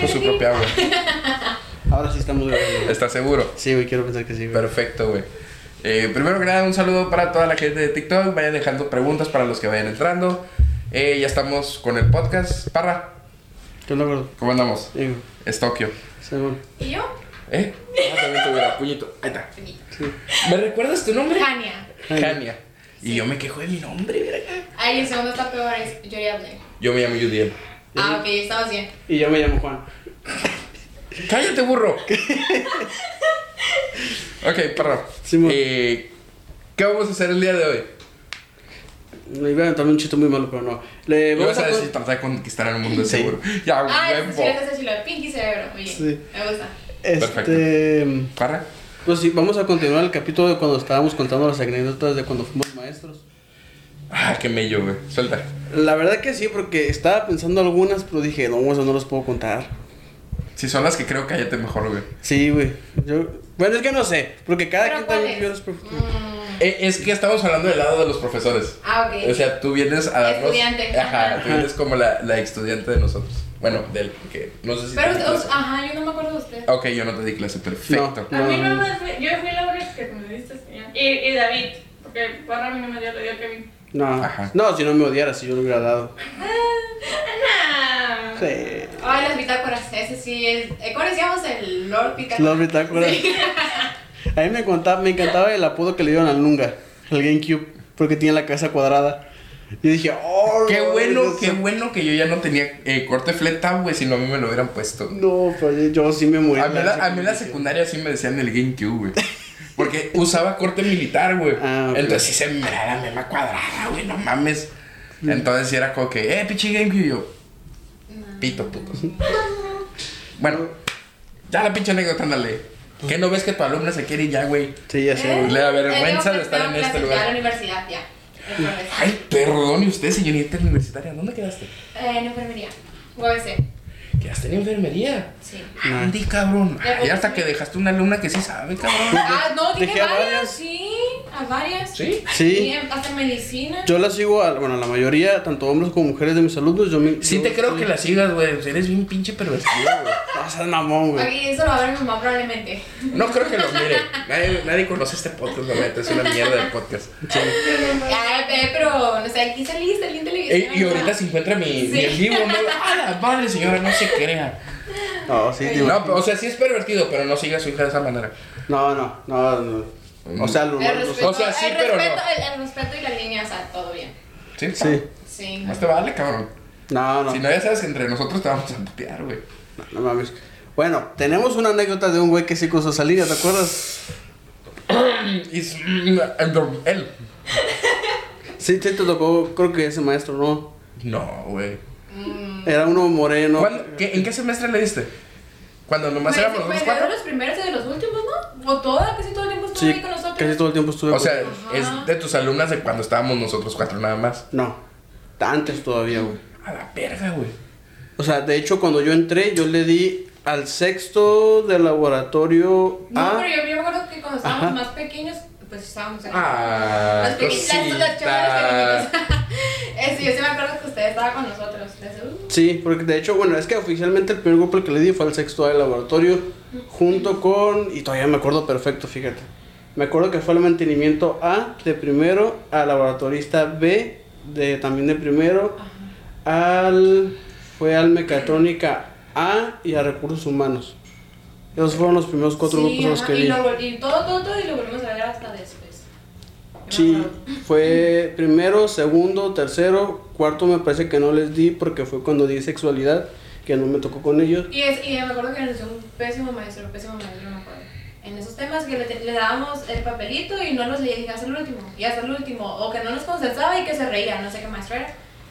con su propia agua. Ahora sí estamos grabando. güey. ¿Estás seguro? Sí, güey, quiero pensar que sí, güey. Perfecto, güey. Eh, primero que nada, un saludo para toda la gente de TikTok. Vayan dejando preguntas para los que vayan entrando. Eh, ya estamos con el podcast. Parra, Yo no acuerdo. ¿cómo andamos? Sí, güey. Es Tokio. Sí, güey. ¿Y yo? ¿Eh? Ah, también te hubiera, puñito. Ahí está. Sí. ¿Me recuerdas tu nombre? Jania. Jania. Y yo me quejo de mi nombre, verga. Ahí el segundo está peor, es Yuri Abdel. Yo me llamo Judiel. Ah, ok, estabas bien. Y yo me llamo Juan. ¡Cállate, burro! ok, Parra. Simón. Eh, ¿Qué vamos a hacer el día de hoy? Me iba a inventarme un chiste muy malo, pero no. Le ¿Qué vamos vas a, a con- decir? Tratar de conquistar el mundo Sí. seguro. Ya, Ah, es huevo. ese chilo, Pinky Cerebro. Muy bien. Sí. Me gusta. Este. Parra. Pues sí, vamos a continuar el capítulo de cuando estábamos contando las anécdotas de cuando fuimos maestros. Ah, qué mello, güey. Suelta. La verdad que sí, porque estaba pensando algunas, pero dije, no, eso no los puedo contar. Si son las que creo, cállate mejor, güey. Sí, güey. Yo... Bueno, es que no sé, porque cada ¿Pero quien cuál también es? vio los prof- Mm. Eh, es que estamos hablando del lado de los profesores. Ah, ok. O sea, tú vienes a darnos... Estudiante. Ajá, tú Ajá. vienes como la, la estudiante de nosotros. Bueno, de él, porque no sé si... Pero, ah. te di usted- clase. us- ajá, yo no me acuerdo de usted. Ok, yo no te di clase, perfecto. No. A mí no me fue, yo fui la única que me diste señal. Y, y David, porque Parra a mí no me dio, le dio a Kevin. No, Ajá. no, si no me odiara, si yo lo hubiera dado. ¡Ana! Sí. Ay, las bitácoras, ese sí es. eh, ¿Cómo decíamos el Lord Bitácora? Lord Bitácora. Sí. A mí me, contaba, me encantaba el apodo que le dieron al Lunga, el GameCube, porque tenía la cabeza cuadrada. Y dije, oh, Qué no, bueno, no, qué bueno que yo ya no tenía eh, corte fleta, güey, si no a mí me lo hubieran puesto. No, pero yo- yo sí me morí. A mí, la, a mí la secundaria sí me decían el GameCube, güey. Porque usaba corte militar, güey. Ah, ok. Entonces sí se me era la mema cuadrada, güey, no mames. Mm. Entonces sí era como que, eh, pinche GameCube. Y yo, pito, putos. Bueno, ya la pinche anécdota, ándale. ¿Qué no ves que tu alumna se quiere ir ya, güey? Sí, ya sé, Eh, güey. Le da vergüenza eh, de estar en tengo este clases lugar. Ya a la universidad, ya. Entonces, Ay, perdone usted, señorita universitaria, ¿dónde quedaste? eh, en enfermería. UABC. Quedaste en enfermería. Sí. Andy, cabrón. Ya, Y hasta que dejaste una alumna que sí sabe, cabrón. Ah, no, Dejé dije a varias, varias. sí, a varias. ¿Sí? Sí. Y en- hasta en medicina. Yo la sigo, a, bueno, la mayoría, tanto hombres como mujeres de mis alumnos, yo me... Sí yo te creo soy- que la sigas, güey. Eres bien pinche pervertido, güey. No seas mamón, güey. Aquí eso lo va a ver mi mamá probablemente. No creo que lo mire. Nadie, nadie conoce este podcast, la neta. Es una mierda de podcast. Ah, eh, pero, no sé, aquí salí, salí en Ey, televisión. Eh, y ahorita ¿no? se encuentra mi, mi en vivo, ¿no? ¡A la madre, señora! No se crea. No, sí, digo. No, o sea, sí es pervertido, pero no siga a su hija de esa manera. No, no, no, no. Mm. O sea, lo, El lo- respeto, O sea, sí, el, pero no. respeto el, el respeto y la línea, o sea, todo bien. ¿Sí? Sí. Sí. Más te vale, cabrón. No, no. Si no, ya sabes que entre nosotros te vamos a putear, güey. No, no mames. Bueno, tenemos una anécdota de un güey que sí cruzó esa línea, ¿te acuerdas? Y es- Él. Sí, sí te tocó, creo que ese maestro, ¿no? No, güey. Mm. Era uno moreno. ¿Cuándo- qué- ¿En qué semestre le diste? Cuando nomás Pues, éramos pues, nosotros de cuatro. los primeros y de los últimos, ¿no? O toda, casi todo el tiempo estuve Sí, ahí con nosotros. casi todo el tiempo estuve O con- sea, Ajá. es de tus alumnas de cuando estábamos nosotros cuatro nada más. No, antes todavía, güey. A la verga, güey. O sea, de hecho, cuando yo entré, yo le di al sexto del laboratorio No, A. pero yo, yo me acuerdo que cuando estábamos Ajá. más pequeños, pues estábamos en Ah, Las pequeñas, las cosita. chavales Eso, yo sí me acuerdo que usted estaba con nosotros. Les- uh, Sí, porque de hecho, bueno, es que oficialmente el primer golpe que le di fue al sexto A del laboratorio, junto con, y todavía me acuerdo perfecto, fíjate. Me acuerdo que fue el mantenimiento A de primero, al laboratorista B de también de primero, al fue al mecatrónica A y a recursos humanos. Esos fueron los primeros cuatro sí, grupos a los ajá, que y, di. lo vol- y todo, todo, todo, y lo volvimos a ver hasta después. Yo me Sí, acuerdo. fue primero, segundo, tercero, cuarto me parece que no les di porque fue cuando di sexualidad, que no me tocó con ellos. Y, es, y me acuerdo que nos dio un pésimo maestro, pésimo maestro, no me acuerdo. En esos temas que le, te- le dábamos el papelito y no nos leía hasta el último, y hasta el último, o que no nos consensuaba y que se reía, no sé qué maestro era.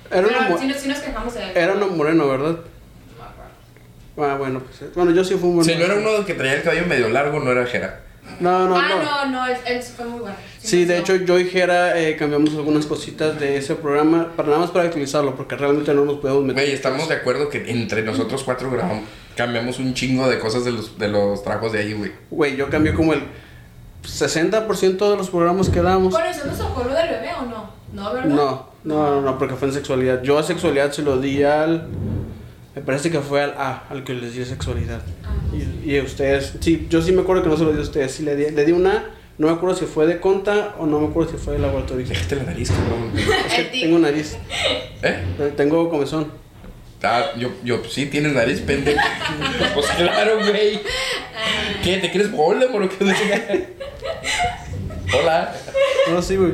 Era Pero una mu- sí, nos- sí nos quejamos de él. Era uno moreno, ¿verdad? No me acuerdo. Ah, bueno, pues, eh, bueno, yo sí fui un buen Si no era maestro. uno que traía el cabello medio largo, no era Jera. No, no, ah, no. no, no, él, él fue muy bueno. Sí, nos de dio- hecho, yo y Jera eh, cambiamos algunas cositas de ese programa, para nada más para actualizarlo, porque realmente no nos podemos meter. Güey, estamos de acuerdo que entre nosotros cuatro grabamos, cambiamos un chingo de cosas de los, de los trabajos de ahí, güey. Güey, yo cambié como el 60% de los programas que dábamos. Bueno, ¿usted nos tocó lo del bebé o no? No, ¿verdad? No, no, no, no, porque fue en sexualidad. Yo a sexualidad se lo di al Me parece que fue al A al que les dio sexualidad. Ah, no sé. Y, y ustedes, sí, yo sí me acuerdo que no se lo dio a ustedes, sí le di, le di una, no me acuerdo si fue de conta o no me acuerdo si fue de laboratorio. Es Déjate la nariz, cabrón. que El tic. tengo nariz, ¿Eh? eh, tengo comezón. Ah, yo, yo, sí, tienes nariz, pendejo. pues claro, güey. ¿Qué? ¿Te crees Voldemort o qué? Hola. No, sí, güey.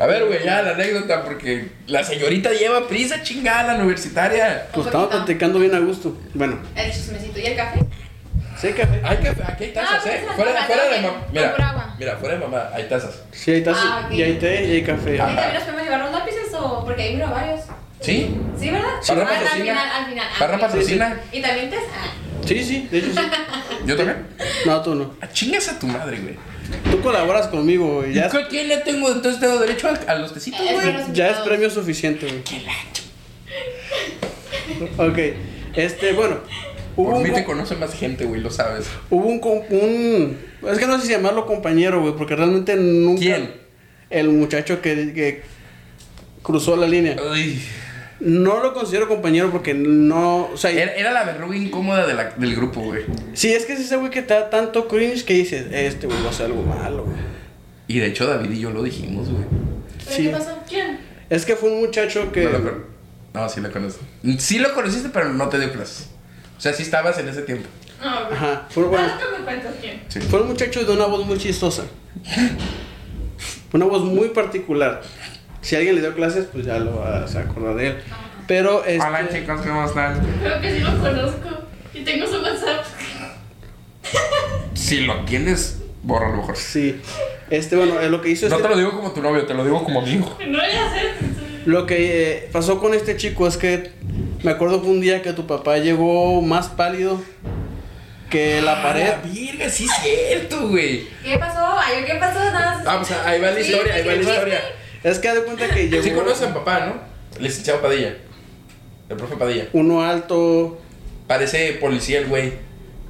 A ver, güey, ya la anécdota, porque la señorita lleva prisa chingada la universitaria. Pues estaba poquito. platicando bien a gusto. Bueno, El chismecito y el café. sí, café. Hay que, aquí hay tazas, Ah, ¿eh? pues, Fuera, la fuera de tarde, mamá. con pura Mira, agua. mira, fuera de mamá, hay tazas. Sí, ahí está, Ah, y ahí ok. té y ahí café. Ah. ¿Y también nos podemos llevar los lápices o.? Porque ahí miro varios. ¿Sí? ¿Sí, verdad? Parra Ah, al patrocina. final, al final. ah, Parra ok. patrocina. ¿Y también te.? Ah, Sí, sí, de hecho sí. ¿Yo también? No, tú no. Ah, chingas a tu madre, güey. Tú colaboras conmigo, güey. Ya, ¿Y es- con quién le tengo? Entonces tengo derecho a, a los tecitos, Es güey. bueno. con- ya es premio suficiente, güey. Qué lacho. Ok, este, bueno. Hubo Por un, mí te co- conoce más gente, güey, lo sabes. hubo un, com- un- Es que no sé si llamarlo compañero, güey, porque realmente nunca. ¿Quién? El muchacho que, que cruzó la línea. Ay. No lo considero compañero porque no. O sea, Era, era la verruga incómoda de la- del grupo, güey. sí, es que es ese güey que te da tanto cringe que dices, este güey va a hacer algo malo, güey. Y de hecho, David y yo lo dijimos, güey. ¿Pero Sí. qué pasó? ¿Quién? Es que fue un muchacho que. No, lo con- no, sí lo conocí. Sí lo conociste, pero no te dio clases. O sea, sí estabas en ese tiempo. No, güey. Ajá, fue, bueno, Ahora tú Ah, me cuentas quién. Sí. fue un muchacho de una voz muy chistosa. Una voz muy particular. Si alguien le dio clases, pues ya lo vas a acordar de él. Pero este, chicos, ¿cómo están? Creo que sí lo conozco. Y tengo su WhatsApp. Si lo tienes, borra lo mejor. Sí. Este, bueno, eh, lo que hizo No este- te lo digo como tu novio, te lo digo como amigo. No, ya sé. Lo que eh, pasó con este chico es que me acuerdo que un día que tu papá llegó más pálido que la pared. Ah, virga, sí es cierto, güey. ¿Qué pasó? Ay, ¿Qué pasó? Nada más- Ah, pues ahí va la Sí, historia, ahí va la sí, sí. historia. Es que haz de cuenta que llegó Sí conocen papá, ¿no? El licenciado Padilla. El profe Padilla. uno alto. Parece policía el güey.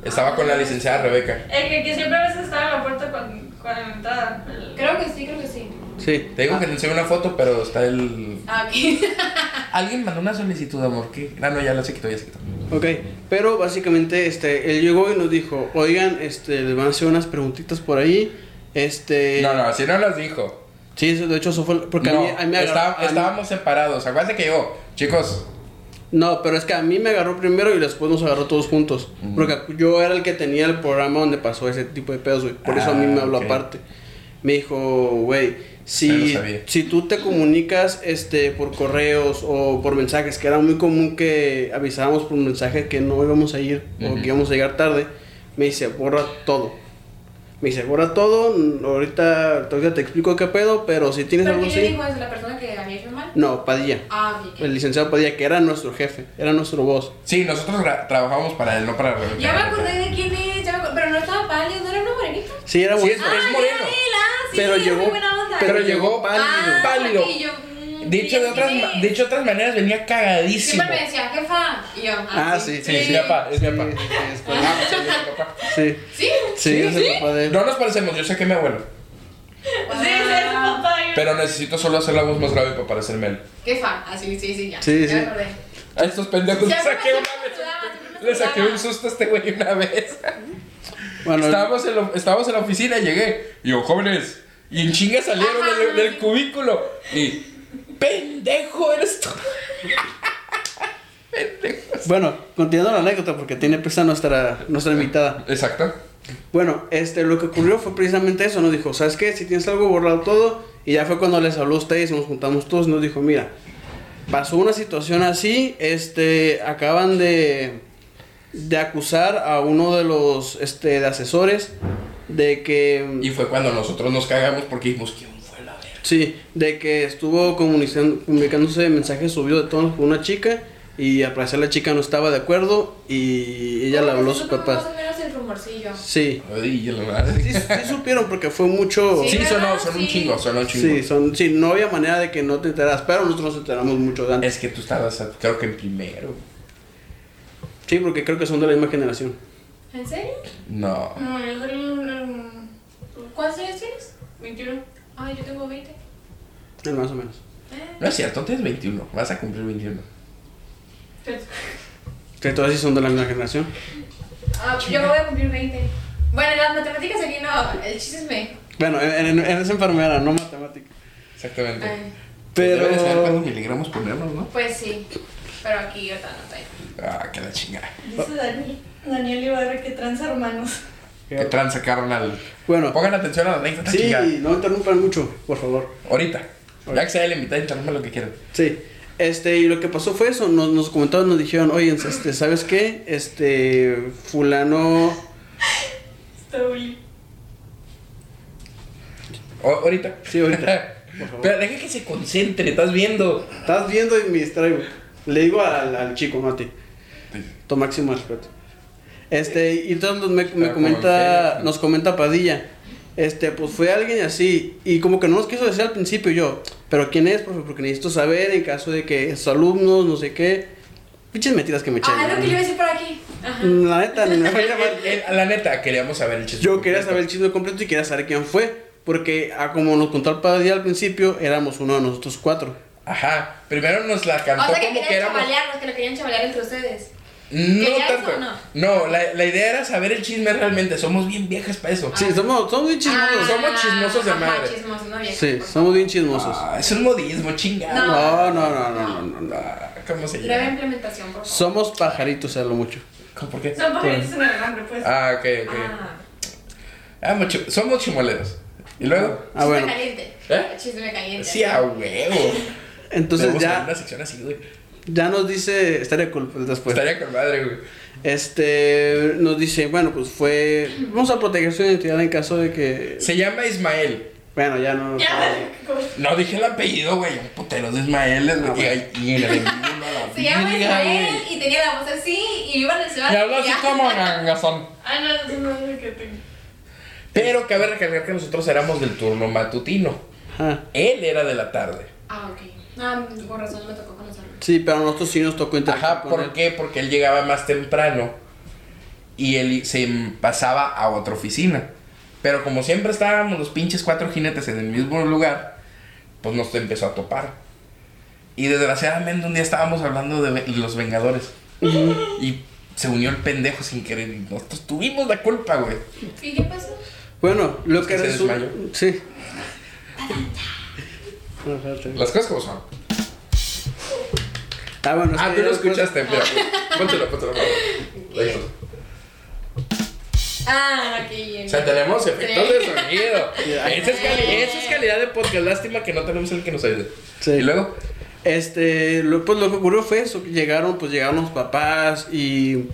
Estaba con la licenciada Rebeca. El que, que siempre a veces estaba en la puerta con, con la entrada. El- Creo que sí, creo que sí. Sí. Te digo que te enseñé una foto, pero está el... Ah, ok. Alguien mandó una solicitud, amor. ¿Qué? Ah, no, ya la se quitó, ya se quitó. Ok, pero básicamente este, él llegó y nos dijo, oigan, este, les van a hacer unas preguntitas por ahí. Este... Eh, No, no, si no las dijo. Sí, eso- de hecho eso fue... Porque no, a mí, a mí me agarró- está- a mí- estábamos separados. Acuérdate que yo, chicos, No, pero es que a mí me agarró primero y después nos agarró todos juntos. Ujú. Porque yo era el que tenía el programa donde pasó ese tipo de pedos, güey. Por eso a mí me Ah, habló ok. aparte. Me dijo, güey, Ya lo si, sabía. si tú te comunicas este, por correos o por mensajes, que era muy común que avisábamos por mensaje que no íbamos a ir o Ujú. que íbamos a llegar tarde, me dice, borra todo. Me dice, borra todo, n- ahorita, ahorita te explico qué pedo, pero si tienes ¿Pero algo quién le así... dijo eso? ¿La persona que había hecho mal? No, Padilla. Ah, ok, El ok. licenciado Padilla, que era nuestro jefe, era nuestro boss. sí, nosotros gra- trabajábamos para él, no para Rebeca. Ya me acordé de quién es, ya me acordé- pero no estaba pálido, no era una morenita. Sí, era Sí, muy... es- Ah, ya moreno. era él, ah, sí, Pero era llegó- muy buena onda. Pero llegó pálido. Ah, pálido. y yo, mm, Dicho de, sí, otras, sí. ma- dicho de otras maneras, venía cagadísimo. Siempre me decía, jefa. Y yo, Ah, sí, Sí, es mi papá, es mi papá. Sí, es Ah, pues, es mi papá. Sí, Sí. sí, es el papá de él. No nos parecemos, yo sé que mi abuelo. Sí, sí, es su papá. Pero necesito solo hacer la voz más grave para parecerme él. Jefa. Ah, sí, sí, sí, ya. Sí, ya sí. me acordé. A estos pendejos Ya le me pasé, saqué una vez. ya, ya me Le saqué pasé. un susto a este güey una vez. Bueno, Estábamos en, la- estábamos en la oficina, llegué. Y yo, jóvenes. Y en chinga salieron Ajá. del, del cubículo. Y. ¡Pendejo eres tú! ¡Pendejo! bueno, continuando la anécdota porque tiene prisa nuestra, nuestra invitada. Exacto. Bueno, este, lo que ocurrió fue precisamente eso, nos dijo, ¿sabes qué? Si tienes algo borrado todo, y ya fue cuando les habló a ustedes, nos juntamos todos, nos dijo, mira, pasó una situación así, este, acaban de, de acusar a uno de los, este, de asesores de que... Y fue cuando nosotros nos cagamos porque dijimos, ¿quién fue la verga? Sí, de que estuvo comunicando, comunicándose mensajes subidos de tonos con una chica y al parecer la chica no estaba de acuerdo y ella le habló a sus Nosotros papás. Más o menos el rumorcillo. Sí, Ay, la verdad. sí, sí supieron porque fue mucho... Sí, Sí, sonó, ¿verdad? sonó un Sí. chingo, sonó un chingo. Sí, son, sí, no había manera de que no te enteras, pero nosotros nos enteramos mucho de antes. Es que tú estabas, creo que en primero. Sí, porque creo que son de la misma generación. ¿En serio? No. No, yo soy un. un- ¿Cuántos años tienes? 21. Ay, yo tengo 20. eh, Más o menos. Eh, No es cierto, tienes 21. Vas a cumplir 21. Entonces, Que todas sí son de la misma generación. Ah, yo voy a cumplir 20. Bueno, las matemáticas aquí no, el chisme. Bueno, en, en- en esa enfermera, no matemática. Exactamente. Ay, Pero. Debes saber cuántos miligramos ponernos, ¿no? pues sí, pero aquí yo tan no estoy. Ah, que la chingada. Dice Daniel, Daniel Ibarra que tranza hermanos. Que tranza, carnal. Bueno. Pongan atención a la anécdota, Sí, chingada. no interrumpan mucho, por favor. Ahorita. Ahorita. Ya que sea el invitado, interrumpan lo que quieran. Sí. Este, y lo que pasó fue eso, nos, nos comentaron, nos dijeron, oye, este, ¿sabes qué? Este, fulano, Está bullying. O- ahorita. Sí, ahorita. Por favor. Pero deja que se concentre, estás viendo. estás viendo y me distraigo. Le digo al, al chico, no a ti, tu máximo respeto. Este, y entonces nos- me, me Ah, como comenta, que- nos comenta Padilla, este, pues fue alguien así, y como que no nos quiso decir al principio y yo, pero ¿quién es, profe? Porque necesito saber en caso de que sus alumnos, no sé qué, pinches mentiras que me echan. Ah, es lo que yo iba a decir por aquí. Ajá. La neta, ni me voy a llamar. El- el- Eh, la neta, queríamos saber el chiste. Yo quería saber el chisme completo y quería saber quién fue. Porque, a como nos contó el padre al principio, éramos uno de nosotros cuatro. Ajá. Primero nos la cantó O sea que como querían que éramos. chavalearnos, que lo querían chavalear entre ustedes. No ¿Querías tanto. o no? No, la, la idea era saber el chisme realmente. Somos bien viejas para eso. Ah. Sí, somos, somos bien chismosos. somos chismosos de ajá, madre. chismosos, no viejas. Sí, somos Ah, bien chismosos. Ah, es un modismo, chingado. No, no, no, no, no. no. Ah, ¿Cómo se Breve llama? implementación, por favor. Somos pajaritos a lo mucho. ¿Cómo, ¿Por qué? Son pajaritos en el alambre, pues. Ah, ok, ok. Ah, Ah, mochi- somos chimoleros. ¿Y luego? Ah, bueno. Chisme caliente. ¿Eh? Chisme caliente. Sí, a huevo. Entonces Debemos hacer ya, Pues Una sección así, güey. ya nos dice. Estaría cool pues, después. Estaría con madre, güey. Este. Nos dice, bueno, pues fue. Vamos a proteger su identidad en caso de que. Se llama Ismael. Bueno, ya no. Ya, como- No dije el apellido, güey. Un putero de Ismael, Ah, güey. bueno. Ay, y el enemigo a la Se llama virga, Ismael güey. y tenía la voz así y iba a Y decir. habla así como gangazón. Ah, no, eso no es lo que tengo. Pero cabe recalcar que nosotros éramos del turno matutino. Ajá. Él era de la tarde. Ah, ok. Ah, por razón me tocó conocerlo. Sí, pero a nosotros sí nos tocó interactuar Ajá, con él. ¿por qué? Porque él llegaba más temprano y él se pasaba a otra oficina. Pero como siempre estábamos los pinches cuatro jinetes en el mismo lugar, pues nos empezó a topar. Y desgraciadamente un día estábamos hablando de ve- los Vengadores. Y se unió el pendejo sin querer y nosotros tuvimos la culpa, güey. ¿Y qué pasó? Bueno, lo que que se resulta. desmayó. Sí. No, espérate. Las cosas como son. Ah, bueno, es Ah, tú que ya lo después- escuchaste, pero Póntelo, póntelo, por favor. Ahí está. Ah, ok. O sea, tenemos efectos de sonido. Ya. Esa es, cali- esa es calidad de podcast. Lástima que no tenemos el que nos ayude. Sí. Y luego, Este, lo, pues lo que ocurrió fue eso, que llegaron, pues llegaron los papás y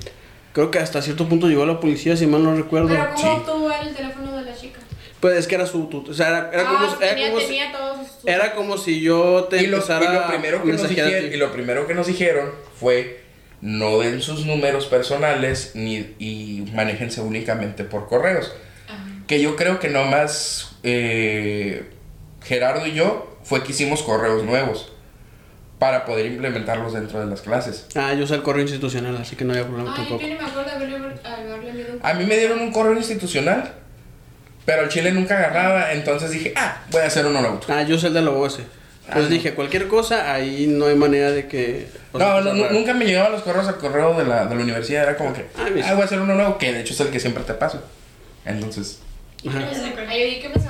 creo que hasta cierto punto llegó la policía, si mal no recuerdo. Pero Sí. ¿cómo obtuvo él el teléfono de la chica? Pues es que era su, tu- o sea, era, era ah, como, era, tenía, como tenía todos sus... si, era como si yo te y lo, empezara y lo primero que a nos mensajear a dijeron, ti. y lo primero que nos dijeron fue no den sus números personales ni, y manéjense únicamente por correos. Ajá. Que yo creo que nomás eh, Gerardo y yo fue que hicimos correos nuevos para poder implementarlos dentro de las clases. Ah, yo usé el correo institucional, así que no había problema Ay, yo tampoco. ni me acuerdo de haberle, haberle enviado un... A mí me dieron un correo institucional, pero el chile nunca agarraba, entonces dije, ah, voy a hacer uno nuevo. Ah, yo usé el de la OS. Ah, Pues no. dije, cualquier cosa, ahí no hay manera de que... o sea, No, no, pues, que se nu- pueda. nunca me llegaban los correos al correo de la, de la universidad. Era como que, Ah, mis- ah, voy a hacer uno nuevo, que de hecho es el que siempre te paso. Entonces, Ajá. Ay, oye, ¿qué pasó?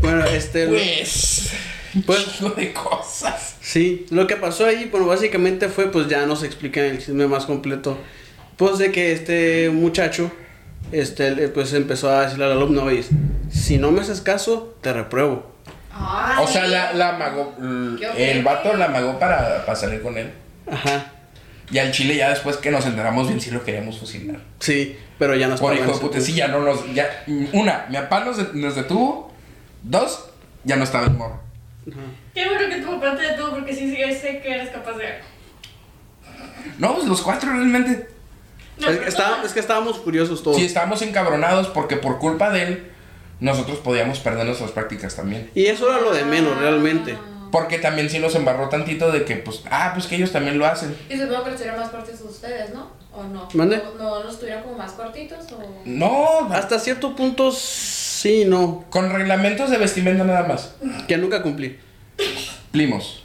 Bueno, este... lo- pues, Pues- pues, de cosas. Sí, lo que pasó ahí, bueno, básicamente fue, pues ya nos explican el chisme más completo, pues de que este muchacho, este, le- pues empezó a decirle al alumno, oye, si no me haces caso, te repruebo. Ay, O sea, la, la amagó, Qué el ojete. vato la amagó para, para salir con él. Ajá, Y al chile ya después que nos enteramos bien si lo queríamos fusilar. sí, pero ya no Por estaba en hijo de ese puta, punto. sí, ya no nos, ya, una, mi papá nos, de- nos detuvo, dos, ya no estaba el morro. Qué bueno que tu papá te detuvo porque sí, sí, yo sé que eres capaz de algo. No, pues los cuatro realmente. No, Es que, está- es que estábamos curiosos todos. Sí, estábamos encabronados porque por culpa de él nosotros podíamos perder nuestras prácticas también. Y eso Ah. era lo de menos, realmente. Porque también sí nos embarró tantito de que, pues, ah, pues que ellos también lo hacen. Y supongo que los tuvieron más cortos ustedes, ¿no? ¿O no? ¿Mande? ¿No, no los tuvieron como más cortitos o...? No, Hasta cierto punto, sí, no, con reglamentos de vestimenta nada más. que nunca cumplí, Plimos.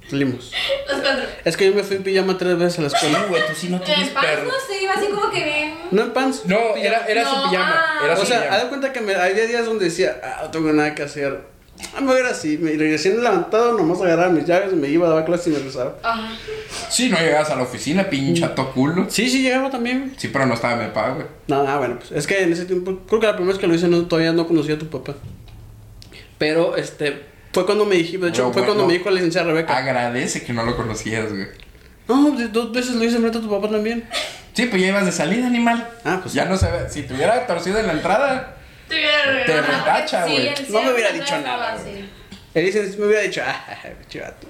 cumplimos. Los cuatro. Es que yo me fui en pijama tres veces a la Sí, escuela. güey, tú sí no tienes En pants perro. no sé, iba así como que bien. No en pants. No, era, era No, su pijama. ah. Era su O sea, haz pijama. de cuenta que me- había días donde decía, ah, no tengo nada que hacer. Ah, me voy a ir así. Me recién levantado, nomás agarraba mis llaves, me iba, daba clase y me regresaba. Ajá. Sí, no llegabas a la oficina, pincha toculo. Sí, sí, llegaba también. güey. Sí, pero no estaba mi papá, güey. No, ah, bueno, pues es que en ese tiempo, creo que la primera vez que lo hice no, todavía no conocía a tu papá. Pero, este, Ah. fue cuando me dije, de hecho, No, fue güey, cuando no. me dijo la licenciada Rebeca. Agradece que no lo conocías, güey. No, pues, de- dos veces lo hice frente a tu papá también. Sí, pues ya ibas de salida, animal. Ah, pues Ya sí. no se ve. Si te hubiera torcido en la entrada, Te hubiera te regalado. retacha, Sí, güey. el No me hubiera cierre dicho no estaba nada, así. Él dice, me hubiera dicho, ah, chivato.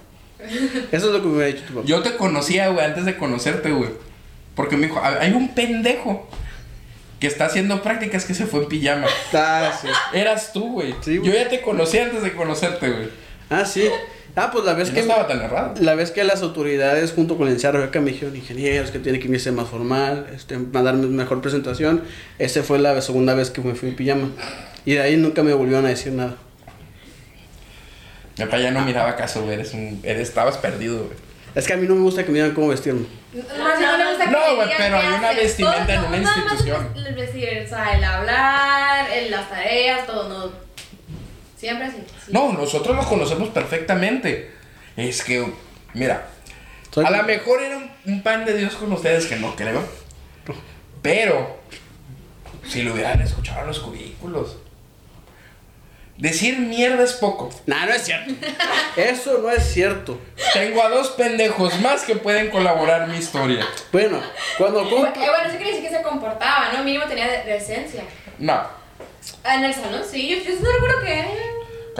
Eso es lo que me hubiera dicho tu papá. Yo te conocía, güey, antes de conocerte, güey. Porque me dijo, "Ah, hay un pendejo que está haciendo prácticas que se fue en pijama. Ah, sí. Eras tú, güey. Sí, güey. Yo ya te conocí antes de conocerte, güey. Ah, sí. Ah, pues la vez Y no que. estaba tan errado. La vez que las autoridades, junto con la licenciada Rebeca, me dijeron ingenieros que tiene que irse más formal, este, mandarme mejor presentación, esa fue la segunda vez que me fui en pijama. Y de ahí nunca me volvieron a decir nada. Mi papá ya no miraba caso, güey. Eres un. Eres, estabas perdido, güey. Es que a mí no me gusta que me digan cómo vestirme. Más bien no le gusta que No, le güey, digan pero qué hay una haces. vestimenta Todo, en no, una nada más institución. El, el vestir, o sea, el hablar, el- las tareas, todo, no. Siempre así. sí. No, nosotros lo conocemos perfectamente. Es que, mira, Soy- a lo mejor era un, un pan de Dios con ustedes, que no creo. Pero, si lo hubieran escuchado en los cubículos. Decir mierda es poco. Nah, no es cierto. Eso no es cierto. Tengo a dos pendejos más que pueden colaborar mi historia. Bueno, cuando Eh, compro. bueno, eso quiere decir que se comportaba, ¿no? Mínimo tenía de- decencia. No, En el salón, sí, yo, yo no recuerdo que.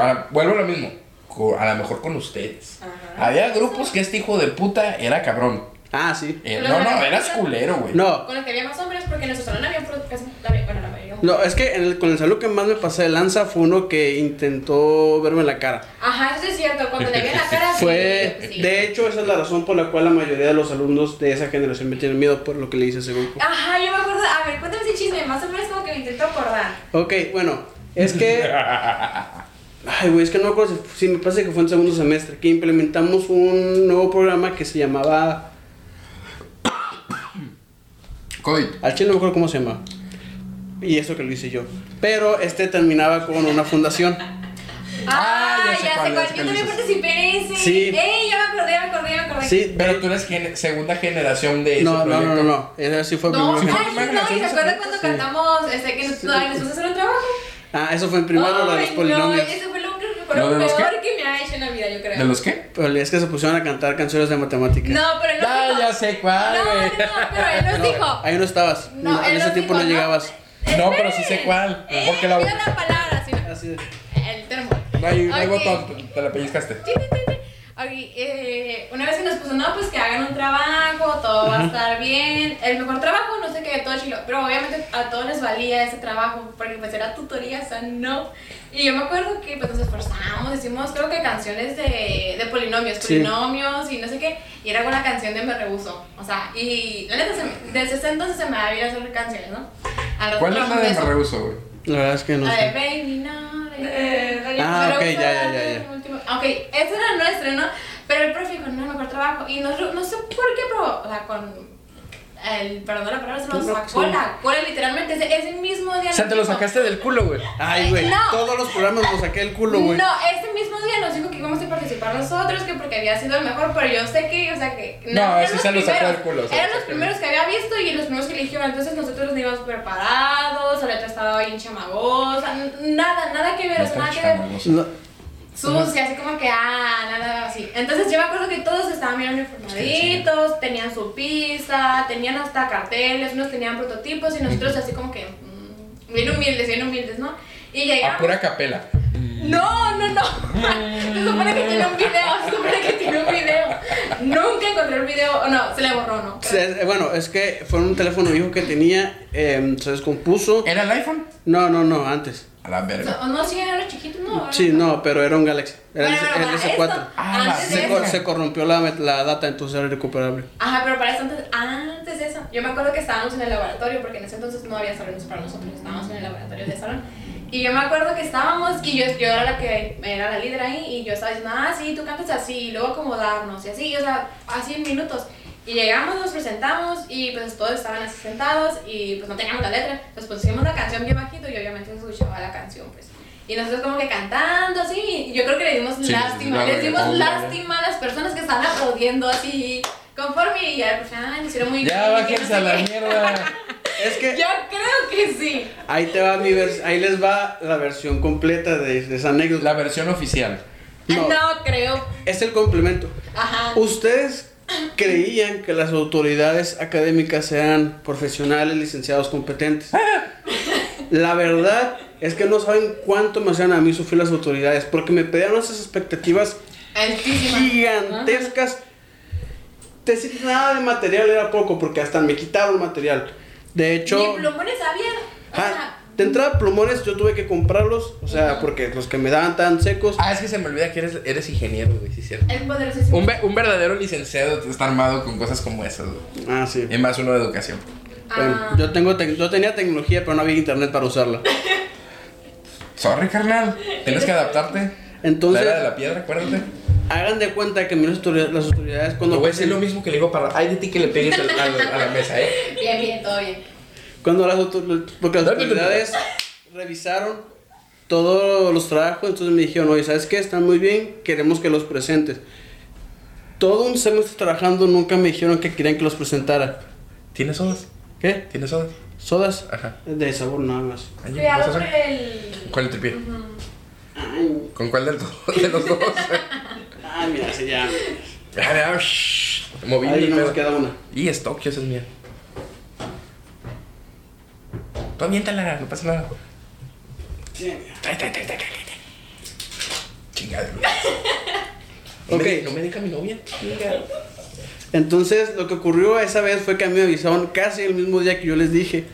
Ahora, vuelvo a lo mismo. Co- A lo mejor con ustedes. Ajá. Había grupos que este hijo de puta era cabrón. Ah, sí. Eh, Pero no, bueno, no, eras ¿verdad? culero, güey. No, Con los que había más hombres, porque en nuestro salón había puros- casi la mayoría- bueno, la mayoría. no, es que en el- con el salud que más me pasé de lanza fue uno que intentó verme la cara. Ajá, eso es cierto, cuando le vi en la cara. sí, pues Fue, sí. de hecho, esa es la razón por la cual la mayoría de los alumnos de esa generación me tienen miedo por lo que le hice a ese grupo. Ajá, yo me acuerdo. A ver, cuéntame ese chisme, más o menos como que me intento acordar. Ok, bueno, es que. Ay, güey, es que no me acuerdo si, si me parece que fue en segundo semestre, que implementamos un nuevo programa que se llamaba. COVID. Al chile no me acuerdo cómo se llamaba. Y eso que lo hice yo. Pero este terminaba con una fundación. Ah, ya sé cuál, ya sé Yo cuál también dices. participé en ese. Sí. ¡Ey! Ya me acordé, ya me acordé, ya me acordé. Sí, Pero tú eres gen- segunda generación de ese No, no, no, proyecto. no, no. Ese sí fue No, primero que- fue ay, primero, no, ¿sí? ¿y se acuerdan cuando Sí. cantamos este, que nos, Sí. ay, nos puso a hacer un trabajo? Ah, eso fue en primero, lo de los Ay, polinomios. No, eso fue lo, que- fue ¿Lo lo de los peor que me ha hecho en la vida, yo creo. ¿De los qué? Pero Pues, es que se pusieron a cantar canciones de matemáticas. No, pero no. Ya, dijo- ya sé cuál, No, no, güey. no, pero él nos dijo. Ahí no estabas. No, No, en él ese nos tiempo dijo, no ¿no? llegabas. No, pero sí sé cuál, Esperen. porque la- Eh, diga la palabra, sí, Así de- El termo. No hay, no hay Ok. botón, te- te la pellizcaste. Ti, ti, ti, ti. Ok, eh, una vez que nos puso, no, pues que hagan un trabajo, todo va a estar bien. El mejor trabajo, no sé qué, de todo chilo. Pero obviamente a todos les valía ese trabajo, porque pues era tutoría, o sea, no. Y yo me acuerdo que pues nos esforzamos, hicimos creo que canciones de, de polinomios, Sí. polinomios y no sé qué. Y era con la canción de Me Rehuso. O sea, y la neta, se me- desde ese entonces se me había ido a hacer canciones, ¿no? Al rato ¿Cuál es la trabajamos de eso. me rehuso, güey? La verdad es que no La de sé. Baby, no. Eh, la de- ah, pero ok, esa ya, era ya, ya, el ya. último- Ok, ese era nuestro, ¿no? Pero el profe dijo, no, mejor trabajo. Y no, no sé por qué, pero, o sea, con. El, perdón la palabra, se nos No, sacó sí. la cola, literalmente. Ese, ese mismo día. O sea, nos te lo dijo- sacaste del culo, güey. Ay, güey. No. Todos los programas los saqué del culo, güey. No, ese mismo día nos dijo que íbamos a participar nosotros, que porque había sido el mejor, pero yo sé que, o sea, que... No, eran ese los se lo sacó primeros. del culo, se lo Eran los sacó del primeros que había visto y los primeros que eligieron, entonces nosotros no íbamos preparados, la letra estaba bien chamagosa, n- nada, nada que ver, No o sea, está nada que ver. chamagosa. No. sucia, así como que, ah, nada así. Entonces yo me acuerdo que todos estaban bien uniformaditos, tenían su pizza, tenían hasta carteles, unos tenían prototipos y nosotros así como que, mm, bien humildes, bien humildes, ¿no? Y A llegamos. pura capela. No, no, no. Se supone que tiene un video, se supone que tiene un video. Nunca encontré el video, o no, se le borró, ¿no? Se- Bueno, es que fue un teléfono viejo que tenía, em, se descompuso. ¿Era el iPhone? No, no, no, antes. A la verga. No, no, sí, era chiquito, ¿no? Sí, no, pero era un Galaxy. Era el, Bueno, el bueno, para S4. esto, Ah, la antes de Se, verga. eso. cor- se corrompió la, la data, entonces era irrecuperable. Ajá, pero para eso antes, antes de eso, yo me acuerdo que estábamos en el laboratorio, porque en ese entonces no había salones para nosotros, estábamos en el laboratorio de salón. Y yo me acuerdo que estábamos, y yo, yo era la que era la líder ahí, y yo estaba diciendo, ah, sí, tú cantas así, y luego acomodarnos, y así, o sea, así en minutos. Y llegamos, nos presentamos, y pues todos estaban así sentados, y pues no teníamos la letra. Pues pusimos la canción bien bajito, y obviamente se escuchaba la canción, pues. Y nosotros como que cantando, así, y yo creo que le dimos Sí, lástima, claro, les dimos claro. lástima a las personas que estaban aplaudiendo así, conforme, y ya, pues, ah, lo hicieron muy bien. Ya y que bájense a no sé la qué. mierda. Es que Yo creo que sí. ahí te va mi vers- ahí les va la versión completa de, de esa anécdota. La versión oficial. No, No. creo. Es el complemento. Ajá. ¿Ustedes creían que las autoridades académicas eran profesionales, licenciados, competentes? La verdad es que no saben cuánto me hacían a mí sufrir las autoridades, porque me pedían esas expectativas Altísima. gigantescas. Decir nada de material era poco, porque hasta me quitaron material. De hecho... Mi plumón es abierto. O Ah, sea, de entrada, plumones yo tuve que comprarlos, o sea, porque los que me daban tan secos. Ah, es que se me olvida que eres, eres ingeniero, güey, sí es cierto. es poderosísimo. Un, ve- un verdadero licenciado está armado con cosas como esas, güey. Ah, sí. Y más uno de educación. Ah, Bueno, yo, tengo tec- yo tenía tecnología, pero no había internet para usarla. Sorry, carnal. Tienes que adaptarte. Entonces- La era de la piedra, acuérdate. Hagan de cuenta que a mí las autoridades, las autoridades Te cuando, voy a decir lo mismo que le digo para. Ay, de ti que le pegues al- al- a la mesa, ¿eh? Bien, bien, todo bien. cuando las, autor- porque las Dame tu autoridades revisaron todos los trabajos, entonces me dijeron, oye, ¿sabes qué? Están muy bien, queremos que los presentes. Todo un semestre trabajando nunca me dijeron que querían que los presentara. ¿Tienes sodas? ¿Qué? ¿Tienes sodas? ¿Sodas? Ajá. De sabor nada más. Ay, Cuidado ¿vas a con hacer? el. ¿Cuál el tripié? ¿Con cuál del do- de los dos? Ah, mira, se llama. Ah, mira, shh, Moví Ahí el nos pedo. queda una. Y es Tokio, esa es mía. Tú aviéntala, no pasa nada. Trae, trae, trae, trae, trae, trae. Chingada. No me- Ok. No me deja mi novia. Entonces, lo que ocurrió esa vez fue que a mí me avisaron casi el mismo día que yo les dije.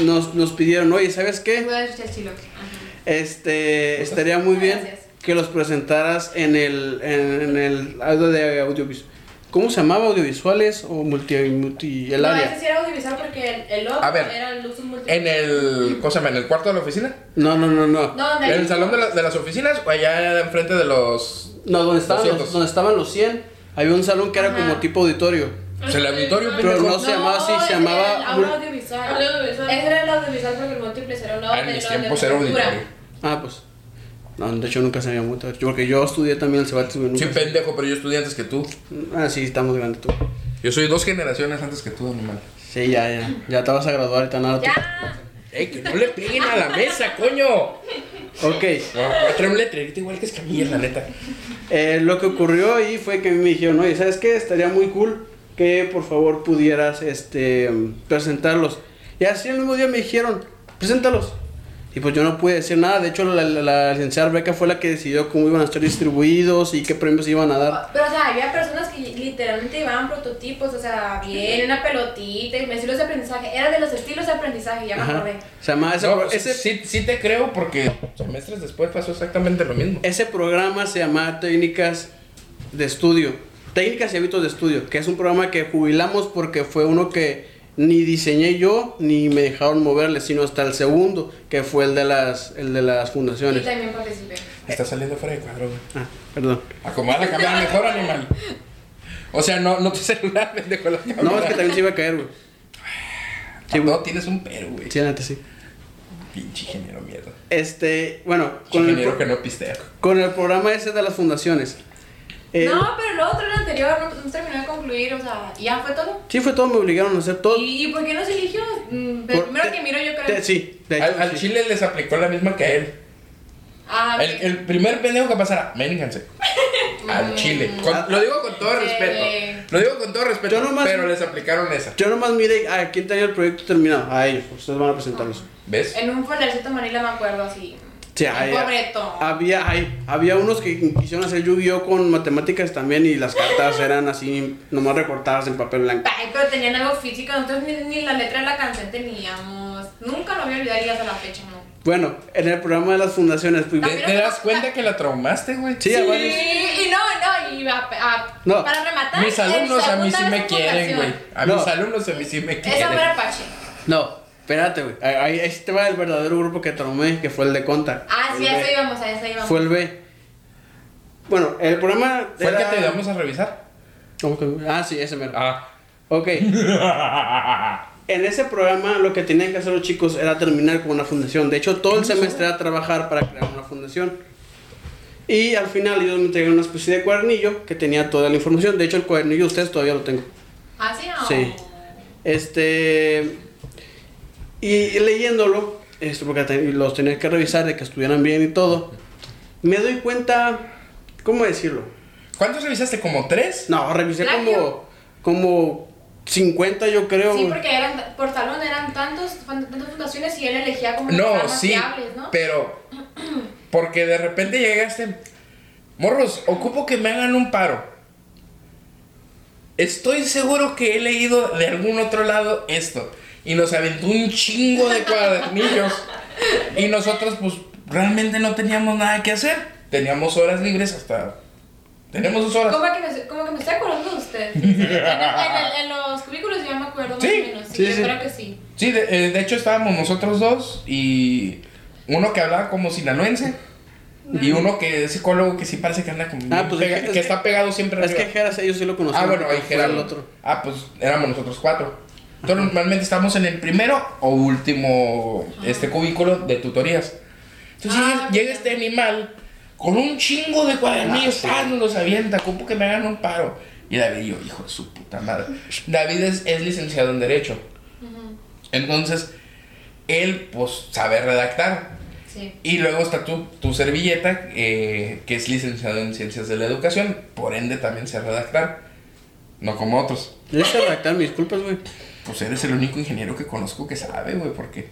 Nos, nos pidieron, oye, ¿sabes qué? Voy a escuchar el chiloque. Ajá. Este, estaría muy bien Gracias. que los presentaras en el, en, en el algo de audiovisual. ¿Cómo se llamaba? ¿Audiovisuales o multi, multi- el no, ese área? sí era audiovisual porque el, el A otro ver, era el uso múltiple. En el. ¿Cómo se llama? ¿En el cuarto de la oficina? No, no, no, no. No, donde ¿En el hay- salón de, la- de las oficinas o allá enfrente de los. No, donde estaban, los, 200. donde estaban los 100, había un salón que era Ajá. como tipo auditorio. O sea, el auditorio, Pero Pero pendejo. no se llamaba así, se ese llamaba... Era el mul- aula audiovisual. Audiovisual. Ese era el audiovisual porque el múltiple era un lado Ah, en del- mis del- tiempos de era cultura. auditorio. Ah, pues. No, de hecho nunca se había muerto. Yo- Porque yo estudié también el Cebatis. güey, Sí, nunca- pendejo, pero yo estudié antes que tú. Ah, sí, estamos grandes tú. Yo soy dos generaciones antes que tú, animal. Sí, ya, ya. Ya te vas a graduar y tan nada. Ya. ¡Ey, que no le peguen a la mesa, coño! Ok. No, voy a traer un letrerito igual que Escamilla, la neta. eh, lo que ocurrió ahí fue que a mí me dijeron, oye, ¿sabes qué? Estaría muy cool que por favor pudieras este, presentarlos. Y así el mismo día me dijeron, preséntalos. Y pues yo no pude decir nada. De hecho, la, la, la licenciada Beca fue la que decidió cómo iban a estar distribuidos y qué premios iban a dar. Pero, o sea, había personas que literalmente llevaban prototipos, o sea, bien, una pelotita, y estilos de aprendizaje. Era de los estilos de aprendizaje, ya me Ajá. acordé. O sea, más No, pues, sí, sí te creo porque semestres después pasó exactamente lo mismo. Ese programa se llamaba Técnicas de Estudio. Técnicas y hábitos de estudio, que es un programa que jubilamos porque fue uno que ni diseñé yo ni me dejaron moverle, sino hasta el segundo, que fue el de las, el de las Y fundaciones. también participé. Está saliendo fuera de cuadro, güey. Ah, perdón. Acomoda la cámara mejor, animal. O sea, no, no tu celular, pendejo, la cámara. No, es que también se iba a caer, güey. sí, güey. No, tienes un pero, güey. Sí, antes sí. Pinche ingeniero mierda. Este, bueno, con el, Ingeniero pro- que no pistea. con el programa ese de las fundaciones. eh, No, pero lo otro, el anterior, no, no terminó de concluir, o sea, ¿y ya fue todo. Sí, fue todo, me obligaron a hacer todo. ¿Y, y por qué no se eligió? Mm, Por- pero primero te- que miro, yo creo. te- sí, de hecho, Al, al sí. chile les aplicó la misma que a él. Ah, ok. El, el primer pendejo que pasara, vénganse. Al chile. Con- lo digo con todo Sí. respeto. Lo digo con todo respeto, Ah. Yo nomás- pero les aplicaron esa. Yo nomás miré a quién tenía el proyecto terminado. A ellos, ustedes van a presentarlos. ¿Ves? En un foldercito Manila me acuerdo así. Sí, Ah. Un hay- pobreto. había, hay- había unos que quisieron hacer Yu-Gi-Oh con matemáticas también y las cartas eran así, nomás recortadas en papel blanco. Ay, pero tenían algo físico, nosotros ni, ni la letra de la canción teníamos. Nunca lo voy a olvidar y hasta la fecha, ¿no? Bueno, en el programa de las fundaciones, pues, ¿Te, te das cuenta que la traumaste, güey? sí, a varios. Sí, y no, no, y a- a- No. para rematar. Mis alumnos a mí en segunda sí vez me en quieren, fundación. güey. A No. mis alumnos a mí sí me Esa quieren. fue Apache. No, Espérate, güey. Ahí, ahí sí te va el verdadero grupo que traumé, que fue el de Conta. Ah, sí, El a B. eso íbamos, a eso íbamos. Fue el B. Bueno, el problema. ¿Fue el que era- te ayudamos a revisar? ¿Cómo que- Ah, sí, ese mero. Ah. Ok. En ese programa lo que tenían que hacer los chicos era terminar con una fundación. De hecho, todo el semestre era trabajar para crear una fundación. Y al final ellos me entregaron una especie de cuadernillo que tenía toda la información. De hecho, el cuadernillo ustedes todavía lo tengo. Ah, sí, no. Sí. Este. Y leyéndolo, esto porque te- los tenía que revisar de que estuvieran bien y todo. Me doy cuenta. ¿Cómo decirlo? ¿Cuántos revisaste? ¿Como tres? No, revisé Plagio. como. Como 50, yo creo. Sí, porque eran, por salón eran tantos, tantas fundaciones y él elegía como las que No, eran más sí, fiables, ¿no? pero porque de repente llegaste, morros, ocupo que me hagan un paro. Estoy seguro que he leído de algún otro lado esto y nos aventó un chingo de cuadernillos y nosotros pues realmente no teníamos nada que hacer. Teníamos horas libres hasta tenemos dos horas. Como que, me, como que me estoy acordando de usted. En, el- en el- en los cubículos yo me acuerdo más Sí, o menos. Sí, sí, yo sí. creo que sí. Sí, de, eh, de hecho estábamos nosotros dos y uno que hablaba como sinaloense y uno que es psicólogo que sí parece que anda como Ah, bien pues es pega- que- que, es que- está pegado siempre Es que arriba. Geras ellos sí lo conocían. ah, bueno, ahí porque fue Gerardo. el otro. Ah, pues éramos nosotros cuatro. Entonces, normalmente estamos en el primero o último este cubículo de tutorías. Entonces Ah, llega, llega este animal con un chingo de cuadernillos, ah, nos los avienta, como que me hagan un paro. Y David y yo, hijo de su puta madre. David es, es licenciado en Derecho. Entonces, él pues sabe redactar. Sí. Y luego está tu, tu servilleta, eh, que es licenciado en Ciencias de la Educación, por ende también sé redactar, no como otros. Yo hice redactar mis disculpas, güey. Pues eres el único ingeniero que conozco que sabe, güey, porque...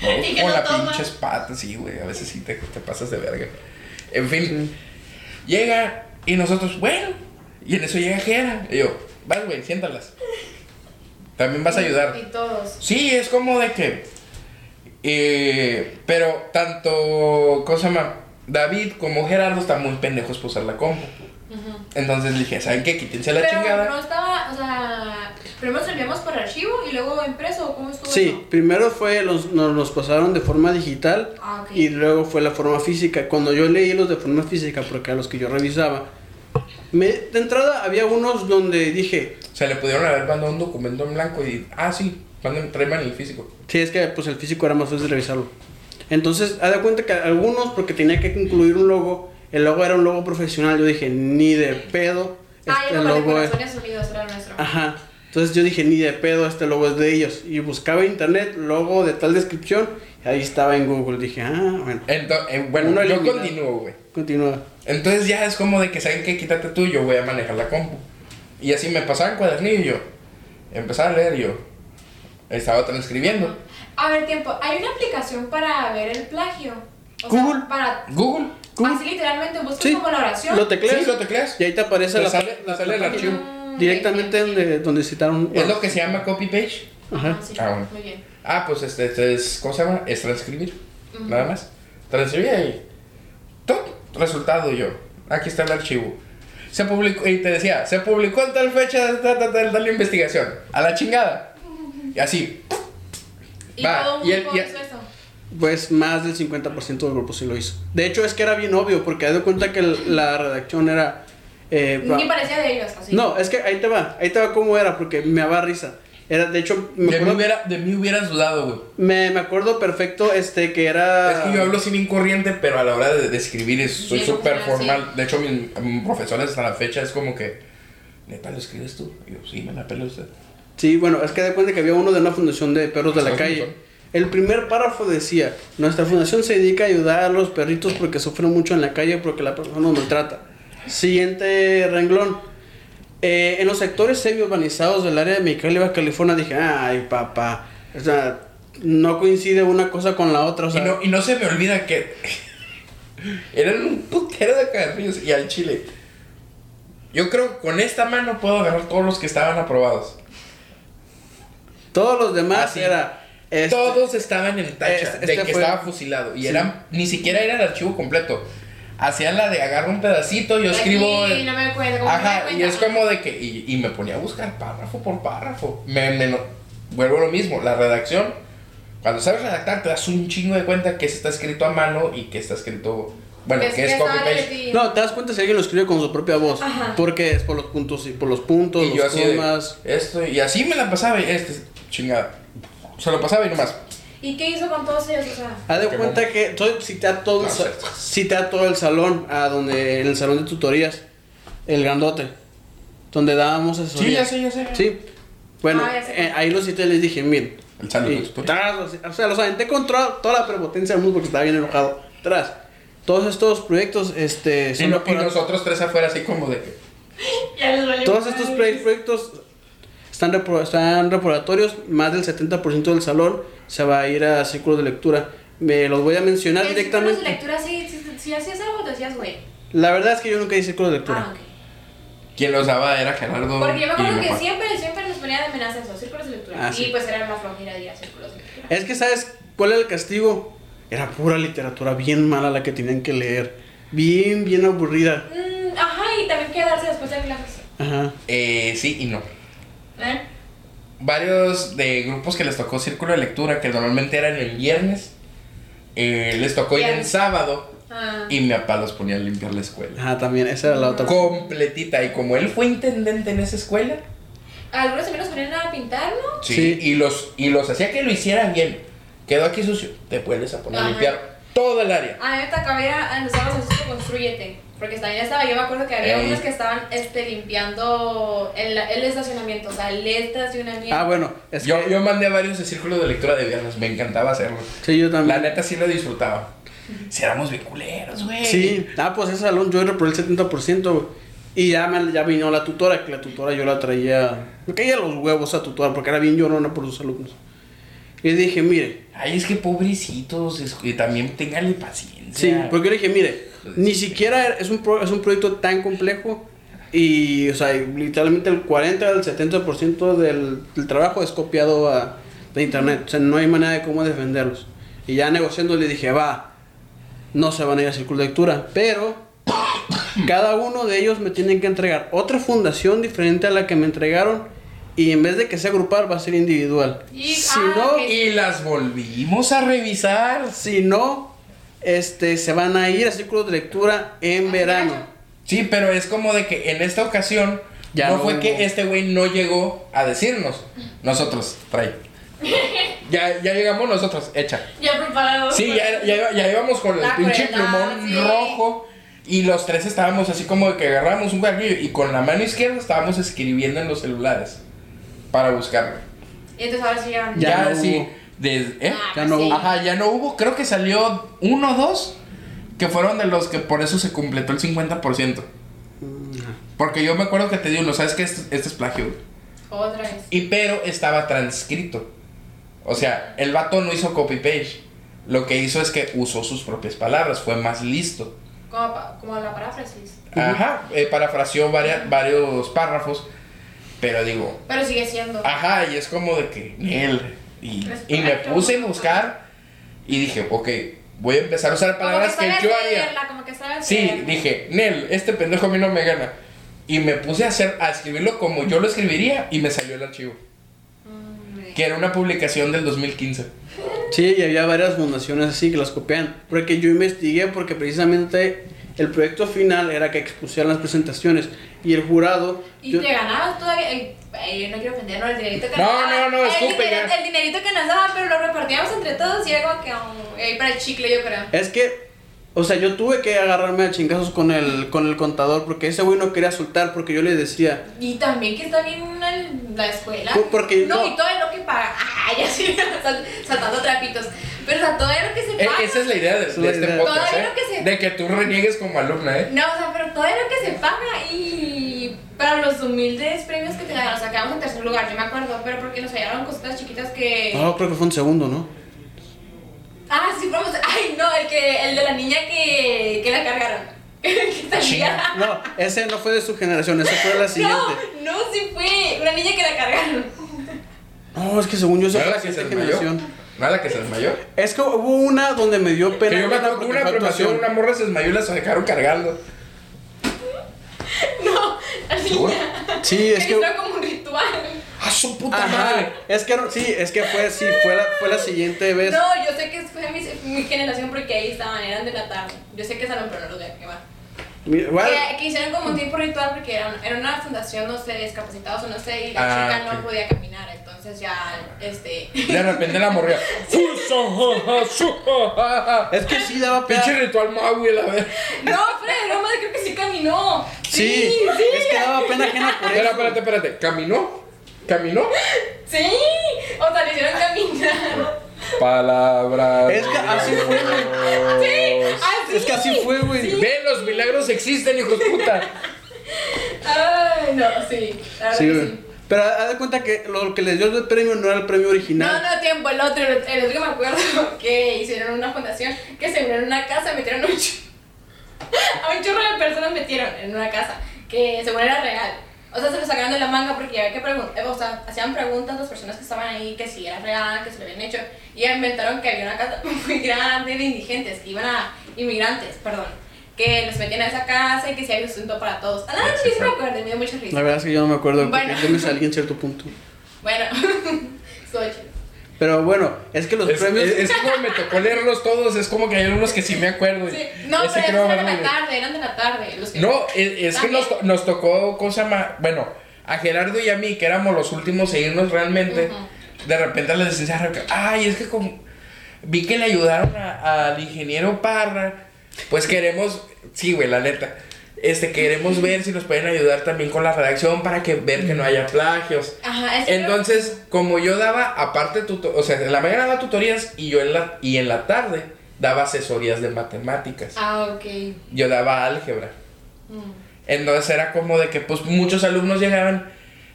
Y No, que con no la toma. pinches patas, sí, güey, a veces sí te, te pasas de verga. En fin, llega y nosotros, bueno, y en eso llega Jera. Y yo, vas, güey, siéntalas. También vas a ayudar. Y todos. Sí, es como de que. eh, pero tanto. ¿Cómo se llama? David como Gerardo están muy pendejos por usar la compu. Entonces le dije, ¿saben qué? Quítense la Pero chingada. no estaba, o sea, primero servíamos por archivo y luego impreso, ¿cómo estuvo Sí, eso? primero fue, los, nos los pasaron de forma digital Ah, ok. y luego fue la forma física. Cuando yo leí los de forma física, porque a los que yo revisaba, me- de entrada había unos donde dije, Se le pudieron haber mandado un documento en blanco y. Ah, sí, manden, tráiganme el físico. sí, es que pues el físico era más fácil de revisarlo. Entonces, haz de cuenta que algunos, porque tenía que incluir un logo, el logo era un logo profesional, yo dije, ni de pedo, Ah, este yo me logo acuerdo de es... Ah. Corazones Unidos era nuestro. Ajá. Entonces yo dije, ni de pedo, este logo es de ellos. Y buscaba en internet logo de tal descripción. Y ahí estaba en Google. Dije, ah, bueno, Entonces, eh, bueno, Uno yo eliminado. continúo, güey. continúa. Entonces ya es como de que saben que quítate tú, yo voy a manejar la compu. Y así me pasaba el cuadernillo y yo. Empezaba a leer y yo. Estaba transcribiendo. A ver, tiempo, hay una aplicación para ver el plagio. O Google. Sea, para, Google. Google. Así literalmente buscas Sí. como la oración. Lo tecleas. Sí, lo tecleas. Y ahí te aparece Te la, sale- te sale el página. archivo. Mm, Directamente ok, ok. donde, donde citaron. Es lo que se llama copy page. Ajá. Ah, sí, Ah, bueno. Muy bien. Ah, pues este, este es, ¿cómo se llama? Es transcribir. Nada más. Transcribir ahí. Todo. Resultado yo. Aquí está el archivo. Se publicó, y te decía, se publicó en tal fecha, tal, tal, tal, tal investigación. A la chingada. Y así. Y Va, todo un y el- grupo y el- hizo eso. Pues más del 50% del grupo sí lo hizo. De hecho, es que era bien obvio. Porque he dado cuenta que el- la redacción era. eh, va- Ni parecía de ellos, así. no, es que ahí te va. Ahí te va cómo era. Porque me daba risa. Era, de hecho, me De mí, acuerdo, hubiera, de mí hubieras dudado, güey. me, me acuerdo perfecto este, que era. Es que yo hablo sin bien corriente, pero a la hora de describir es, soy Bien súper profesional, formal. De hecho, mis mm, profesores hasta la fecha es como que, ¿neta lo escribes tú? Y yo, sí, me la pelo usted. Sí, bueno, es que de cuenta que había uno de una fundación de perros de la Sí, calle. son. El primer párrafo decía, nuestra fundación se dedica a ayudar a los perritos porque sufren mucho en la calle porque la persona los maltrata. Siguiente renglón. Eh, en los sectores semi-urbanizados del área de Mexicali, Baja California, dije, ay, papá, o sea, no coincide una cosa con la otra, o sea, y, no, y no se me olvida que eran un putero de carrillos y al chile. Yo creo que con esta mano puedo agarrar todos los que estaban aprobados. todos los demás Así. era... este, Ah, todos estaban en tacha este- de este que fue- estaba fusilado. Y Sí. eran, ni siquiera era el archivo completo. Hacían la de agarro un pedacito, yo Aquí escribo. no me acuerdo. como Ajá, que me y es cuenta. como de que. Y, y me ponía a buscar párrafo por párrafo. Me, me no- vuelvo a lo mismo, la redacción. Cuando sabes redactar, te das un chingo de cuenta que está escrito a mano y que está escrito. Bueno, Es que es que sale copy-paste. así. No, te das cuenta si alguien lo escribe con su propia voz. Ajá. Porque es por los puntos y por los puntos, Y yo los así de, comas. esto, y así me la pasaba y este, chingada. Se lo pasaba y nomás. ¿Y qué hizo con todos ellos? O sea, Haz de Qué cuenta que to- cita todo, el No, sa- Ah, cierto. cita todo el salón, a donde, en el salón de tutorías, el grandote, donde dábamos Sí, ya asesoría. sé, ya sé. Sí. Bueno, Ah, ya sé. eh, ahí los cité y les dije, miren. El salón de y tutorías. tras, o sea, los aventé con toda, toda la prepotencia del mundo porque estaba bien enojado. Tras, todos estos proyectos, este, Y, son no- y aparatos- nosotros tres afuera, así como de que. Ya les valió Todos madre. estos pues. proye- proyectos están, repro- están reprobatorios, más del 70% del salón se va a ir a círculos de lectura. Me los voy a mencionar en círculos de directamente. lectura sí, sí, sí, sí hacías algo, te decías, güey. La verdad es que yo nunca hice círculos de lectura. Ah, ok. Quien los daba era Gerardo. Porque yo me y acuerdo mi que papá. siempre, siempre nos ponían de amenazas esos círculos de lectura. Ah, sí. Y pues era más flojera de ir a círculos de lectura. Es que, ¿sabes cuál era el castigo? Era pura literatura bien mala la que tenían que leer. Bien, bien aburrida. Mm, ajá, y también quedarse después de clases. Ajá. Eh, sí y no. ¿Eh? varios de grupos que les tocó círculo de lectura, que normalmente eran el viernes, eh, les tocó ir en Viernes. sábado Ah. y mi papá los ponía a limpiar la escuela. Ajá, también, esa era la otra. Completita. Y como él fue intendente en esa escuela, Algunos también nos ponían a pintar, ¿no? sí, Sí. Y, los, y los hacía que lo hicieran bien. Quedó aquí sucio, te vuelves a poner a Ajá. limpiar todo el área. A mí me tocaba ir a a los sábados a Construyete. Porque también estaba, yo me acuerdo que había Ey. unos que estaban este, limpiando el, el estacionamiento. O sea, el estacionamiento. Ah, bueno, es Yo, que. yo mandé a varios de círculo de lectura de viernes, me encantaba hacerlo. Sí, yo La también. neta sí lo disfrutaba. Si éramos bien culeros, güey. Sí, ah, pues ese salón yo reprobé el 70%. güey. Y ya, me- ya vino la tutora, que la tutora yo la traía. Me caía los huevos a tutora porque era bien llorona por sus alumnos. Y dije, mire, Ay, es que pobrecitos, es- y también ténganle sí, paciencia. porque yo le dije, mire, ni siquiera es un, pro- es un proyecto tan complejo. Y, o sea, literalmente el 40 al 70% del, del trabajo es copiado a- de internet. O sea, no hay manera de cómo defenderlos. Y ya negociando le dije, va, no se van a ir a círculo de lectura, pero Cada uno de ellos me tienen que entregar otra fundación diferente a la que me entregaron y en vez de que sea grupal va a ser individual. Y- si ah, no, ok. Y las volvimos a revisar. si no, este, se van a ir a círculos de lectura en Ah, verano. verano. Sí, pero es como de que en esta ocasión Ya no, no fue hubo. que este güey no llegó a decirnos. Nosotros, trae. Ya, ya llegamos nosotros, echa. Ya preparados. Sí, ya, ya, iba- ya íbamos con el La pinche crueldad, plumón sí. rojo. Y los tres estábamos así como de que agarramos un cuadrillo y con la mano izquierda estábamos escribiendo en los celulares para buscarlo. Y entonces ahora sí ya. Ya Ya, no sí. hubo. des- ¿eh? Ah, Ya no sí. hubo. Ajá, ya no hubo, creo que salió uno o dos que fueron de los que por eso se completó el 50%. Porque yo me acuerdo que te di uno, ¿sabes que Esto, esto es plagio. güey. Otra vez. Y pero estaba transcrito. O sea, el vato no hizo copy-paste. Lo que hizo es que usó sus propias palabras, fue más listo. Como, pa- como la paráfrasis. Ajá, eh, parafraseó varia- varios párrafos, pero digo, Pero sigue siendo. Ajá, y es como de que él. Y, Respeto. y me puse a buscar y dije, ok, voy a empezar a usar palabras que, yo haría. leerla, como que sabes Sí, leerla. dije, Nel, este pendejo a mí no me gana. Y me puse a, hacer, a escribirlo como yo lo escribiría y me salió el archivo. Mm, Que era una publicación del 2015. Sí, y había varias fundaciones así que las copian. Porque yo investigué porque precisamente el proyecto final era que expusieran las presentaciones y el jurado... Y yo- te ganabas todavía. El, ay, no quiero ofendernos, el dinerito que nos No, daba. no, no, el escupe dinero- ya. El dinerito que nos daban, pero lo repartíamos entre todos y era como que. um, ahí para el chicle, yo creo. Es que, o sea, yo tuve que agarrarme a chingazos con el, con el contador porque ese güey no quería soltar porque yo le decía, Y también que está bien una- la escuela. Pues, Por- porque no, no. y todo es lo que paga. Ay, ya sí, sal- saltando trapitos. Pero o sea, todo es lo que se E- paga. esa es la idea de, Es de la este idea. podcast, Todavía ¿eh? no que se- De que tú reniegues como alumna, ¿eh? No, o sea, pero todo es lo que se paga y para los humildes premios que te dan, o sea, quedamos en tercer lugar, yo me acuerdo, pero porque nos hallaron cositas chiquitas que... Ah, no, creo que fue un segundo, ¿no? Ah, sí, vamos, ay, no, el, que, el de la niña que, que la cargaron. que salía. No, ese no fue de su generación, ese fue de la No, siguiente. no, sí fue una niña que la cargaron. No, es que según yo ¿No esa es fue la la que se siguiente desmayó? generación. ¿No es la que se desmayó? Es que hubo una donde me dio pena. Que yo me acuerdo que porque una fue prematura, actuación. una morra se desmayó y la dejaron cargando. No, la ¿Seguro? niña. Sí, es que que entró como un ritual. ¡A ¡Ah, su puta Ajá. madre! Es que no- sí, es que fue, sí, fue la, fue la siguiente vez. No, yo sé que fue mi, mi generación porque ahí estaban, eran de la tarde. Yo sé que salón, pero no los de que va. Mi- bueno, Que, que hicieron como un tipo ritual porque era, una- era una fundación, no sé, discapacitados o no sé, y la Ah, chica ok. no podía caminar, entonces ya, este... De repente la morría. es que sí daba pena. Pinche ritual mago y la verga. No, Fred, no, madre, creo que sí caminó. Sí, Sí, sí, es que daba pena ajena por Espera, eso. espérate, espérate. ¿Caminó? ¿Caminó? sí. O sea, le hicieron caminar. Palabra. Es que así de fue, Dios. Así. Es que así fue, güey. Ve, los milagros existen, hijos puta. Ay, no, sí. La verdad Sí, que güey. sí. Pero haz de cuenta que lo que les dio el premio no era el premio No, original. no, tiempo, el otro, el el otro que me acuerdo que hicieron una fundación que se unieron en una casa, metieron a un chorro, a un chorro de personas metieron en una casa, que según era real. O sea, se lo sacaron de la manga porque había que preguntar, o sea, hacían preguntas las personas que estaban ahí, que si era real, que se lo habían hecho, y inventaron que había una casa muy grande de indigentes, que iban a, inmigrantes, perdón, que los metían a esa casa y que si había sustento para todos. Ah, no, sí, sí me acuerdo, me dio mucha risa. La verdad es que yo no me acuerdo porque Bueno. yo me salí en cierto punto. Bueno, estuvo chido. Pero bueno, es que los Es, premios. es- es como me tocó leerlos todos. Es como que hay unos que sí me acuerdo. y Sí. No, ese pero creo eran haberlo de la leído. tarde, eran de la tarde. Los que No, e, es, es que nos, También. nos tocó cosa más. Bueno, a Gerardo y a mí, que éramos los últimos en irnos realmente, de repente les decía, Rebeca, ay, es que como vi que le ayudaron a- al ingeniero Parra, pues queremos, sí, güey, la neta. Este, queremos ver si nos pueden ayudar también con la redacción para que ver que no haya plagios. Ajá, es que Entonces, como yo daba, aparte, tuto- o sea, en la mañana daba tutorías y yo en la, y en la tarde daba asesorías de matemáticas. Ah, ok. Yo daba álgebra. Mm. Entonces era como de que pues muchos alumnos llegaban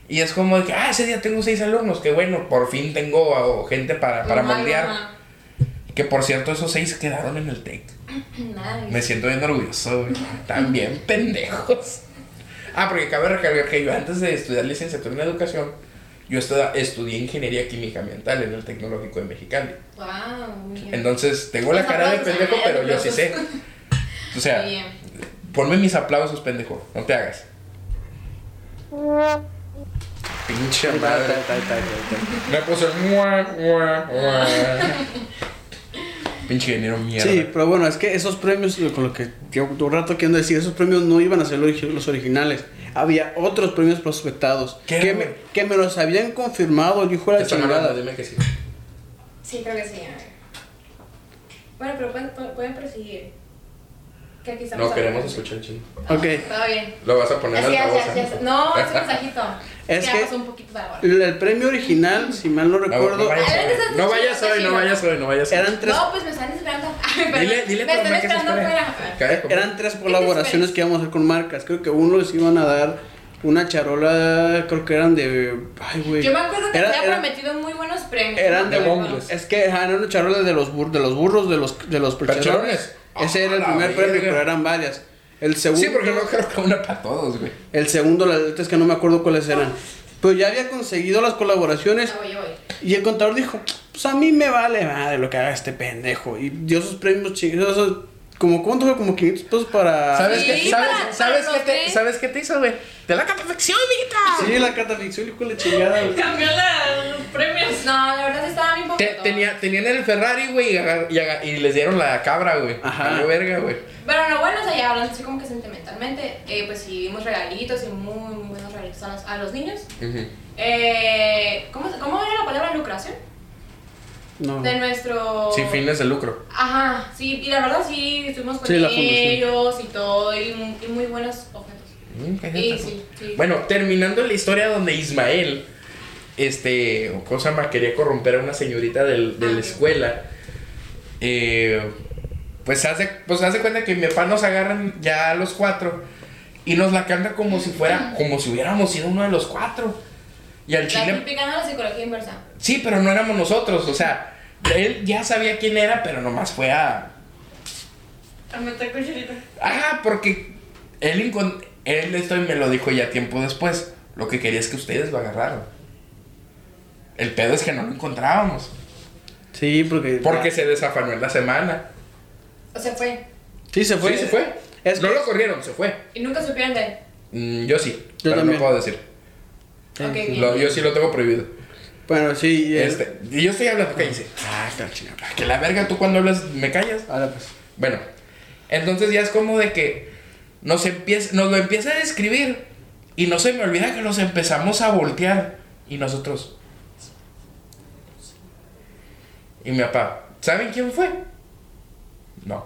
y es como de que, ah, ese día tengo seis alumnos, que bueno, por fin tengo a- o gente para, para Ajá, moldear. ajá. Que por cierto, esos seis quedaron en el TEC. Nice. Me siento bien orgulloso, güey. También pendejos. Ah, porque cabe recalcar que yo antes de estudiar licenciatura en educación, yo estu- estudié ingeniería química ambiental en el Tecnológico de Mexicali. Wow, muy bien. Entonces, tengo la Los cara de aplausos, pendejo, ay, pero yo sí aplausos. sé. O sea, Muy bien. Ponme mis aplausos, pendejo. No te hagas. Pinche Ahí está, ahí madre. está, ahí está, ahí está, ahí está. Me puse. mua, mua, mua. Pinche ingeniero mierda. Sí, pero bueno, es que esos premios, lo- con lo que yo un rato quiero decir, esos premios no iban a ser los origi- los originales. Había otros premios prospectados ¿Qué que era, me, güey? que me los habían confirmado, yo hijo de Te la están hablando, chingada. dime que sí. Sí, creo que sí. a ver. Bueno, pero pueden, pu- pueden proseguir. Que aquí estamos No, queremos hablando. escuchar chino. Ok, Está bien. Lo vas a poner Así, en así, altavoz. así, ¿eh? así. No, es un mensajito. Es Ya que- pasó un poquito de ahora. el, el premio original, si mal no No, no recuerdo, vayas Adelante, hoy. estás No chido, vayas estás hoy, no chido. vayas hoy, no vayas hoy. eran tres, No, pues me están esperando. Ay, perdón. Dile, dile me a tu están mamá que se esperando espere. afuera. Cae de comer. eran tres colaboraciones que íbamos a hacer con marcas. Creo que uno les iban a dar una charola, creo que eran de... Ay, güey. Yo me acuerdo que Era- te había era- prometido muy buenos premios. Eran De de bongos. bongos. Es que ajá, eran charolas de los, bur- de los burros, de los, de los Percherones. percherones. Ese era el Ah, la primer premio, verga. pero eran varias. El segundo, Sí, porque no creo que una para todos, güey. el segundo, la neta es que no me acuerdo cuáles eran. Pero ya había conseguido las colaboraciones Ah, voy, yo voy. y el contador dijo, pues a mí me vale madre lo que haga este pendejo. Y dio sus premios chingados, como cuánto fue, como 500 pesos para... ¿Sabes sí, qué? ¿Sabes, para- sabes para qué te, los ¿Sabes qué te hizo, güey? De la catafección, amiguita. Sí, la cataficción, hijo de la chingada. güey. Cambió la- los premios. No, la verdad sí estaba bien poco. Te- tenía, tenían el Ferrari, güey, y, agar- y aga- y les dieron la cabra, güey. Ajá. Valió verga, güey. Pero no, bueno, o sea, ya hablando así como que sentimentalmente, eh, pues sí dimos regalitos y muy, muy buenos regalitos a los, a los niños. Eh, ¿cómo, ¿Cómo era la palabra lucración? No. De nuestro... Sin fines de lucro. Ajá, sí, y la verdad sí, estuvimos con Sí, la fundación. ellos y todo, y, mu- y muy buenos objetos. Mm, qué Sí, neta. sí, sí. Bueno, terminando la historia donde Ismael, este, o cosa más, quería corromper a una señorita del- de la Ah, ok. escuela. eh, pues hace, pues hace cuenta que mi papá nos agarran ya a los cuatro y nos la canta como si fuera, como si hubiéramos sido uno de los cuatro. Y al La chile, típica de la psicología inversa. Sí, pero no éramos nosotros, o sea, él ya sabía quién era, pero nomás fue a... A meter cucharita. Ah, porque él, encon- él esto me lo dijo ya tiempo después. Lo que quería es que ustedes lo agarraran. El pedo es que no lo encontrábamos. Sí, porque... Porque se desafanó en la semana. O sea, fue. Sí, se fue. Sí, se fue. Es no que- lo corrieron, se fue. Y nunca supieron de él. Mm, yo sí, pero también. no puedo decir. Ok, bien. Lo- yo sí lo tengo prohibido. Bueno, sí. y el- Este, y yo estoy hablando, ¿qué dice? Ah, que la chingada, que la verga, tú cuando hablas me callas. Ahora pues. Bueno, entonces ya es como de que nos, empieza, nos lo empieza a describir y no se me olvida que nos empezamos a voltear y nosotros. Y mi papá, ¿saben quién fue? No.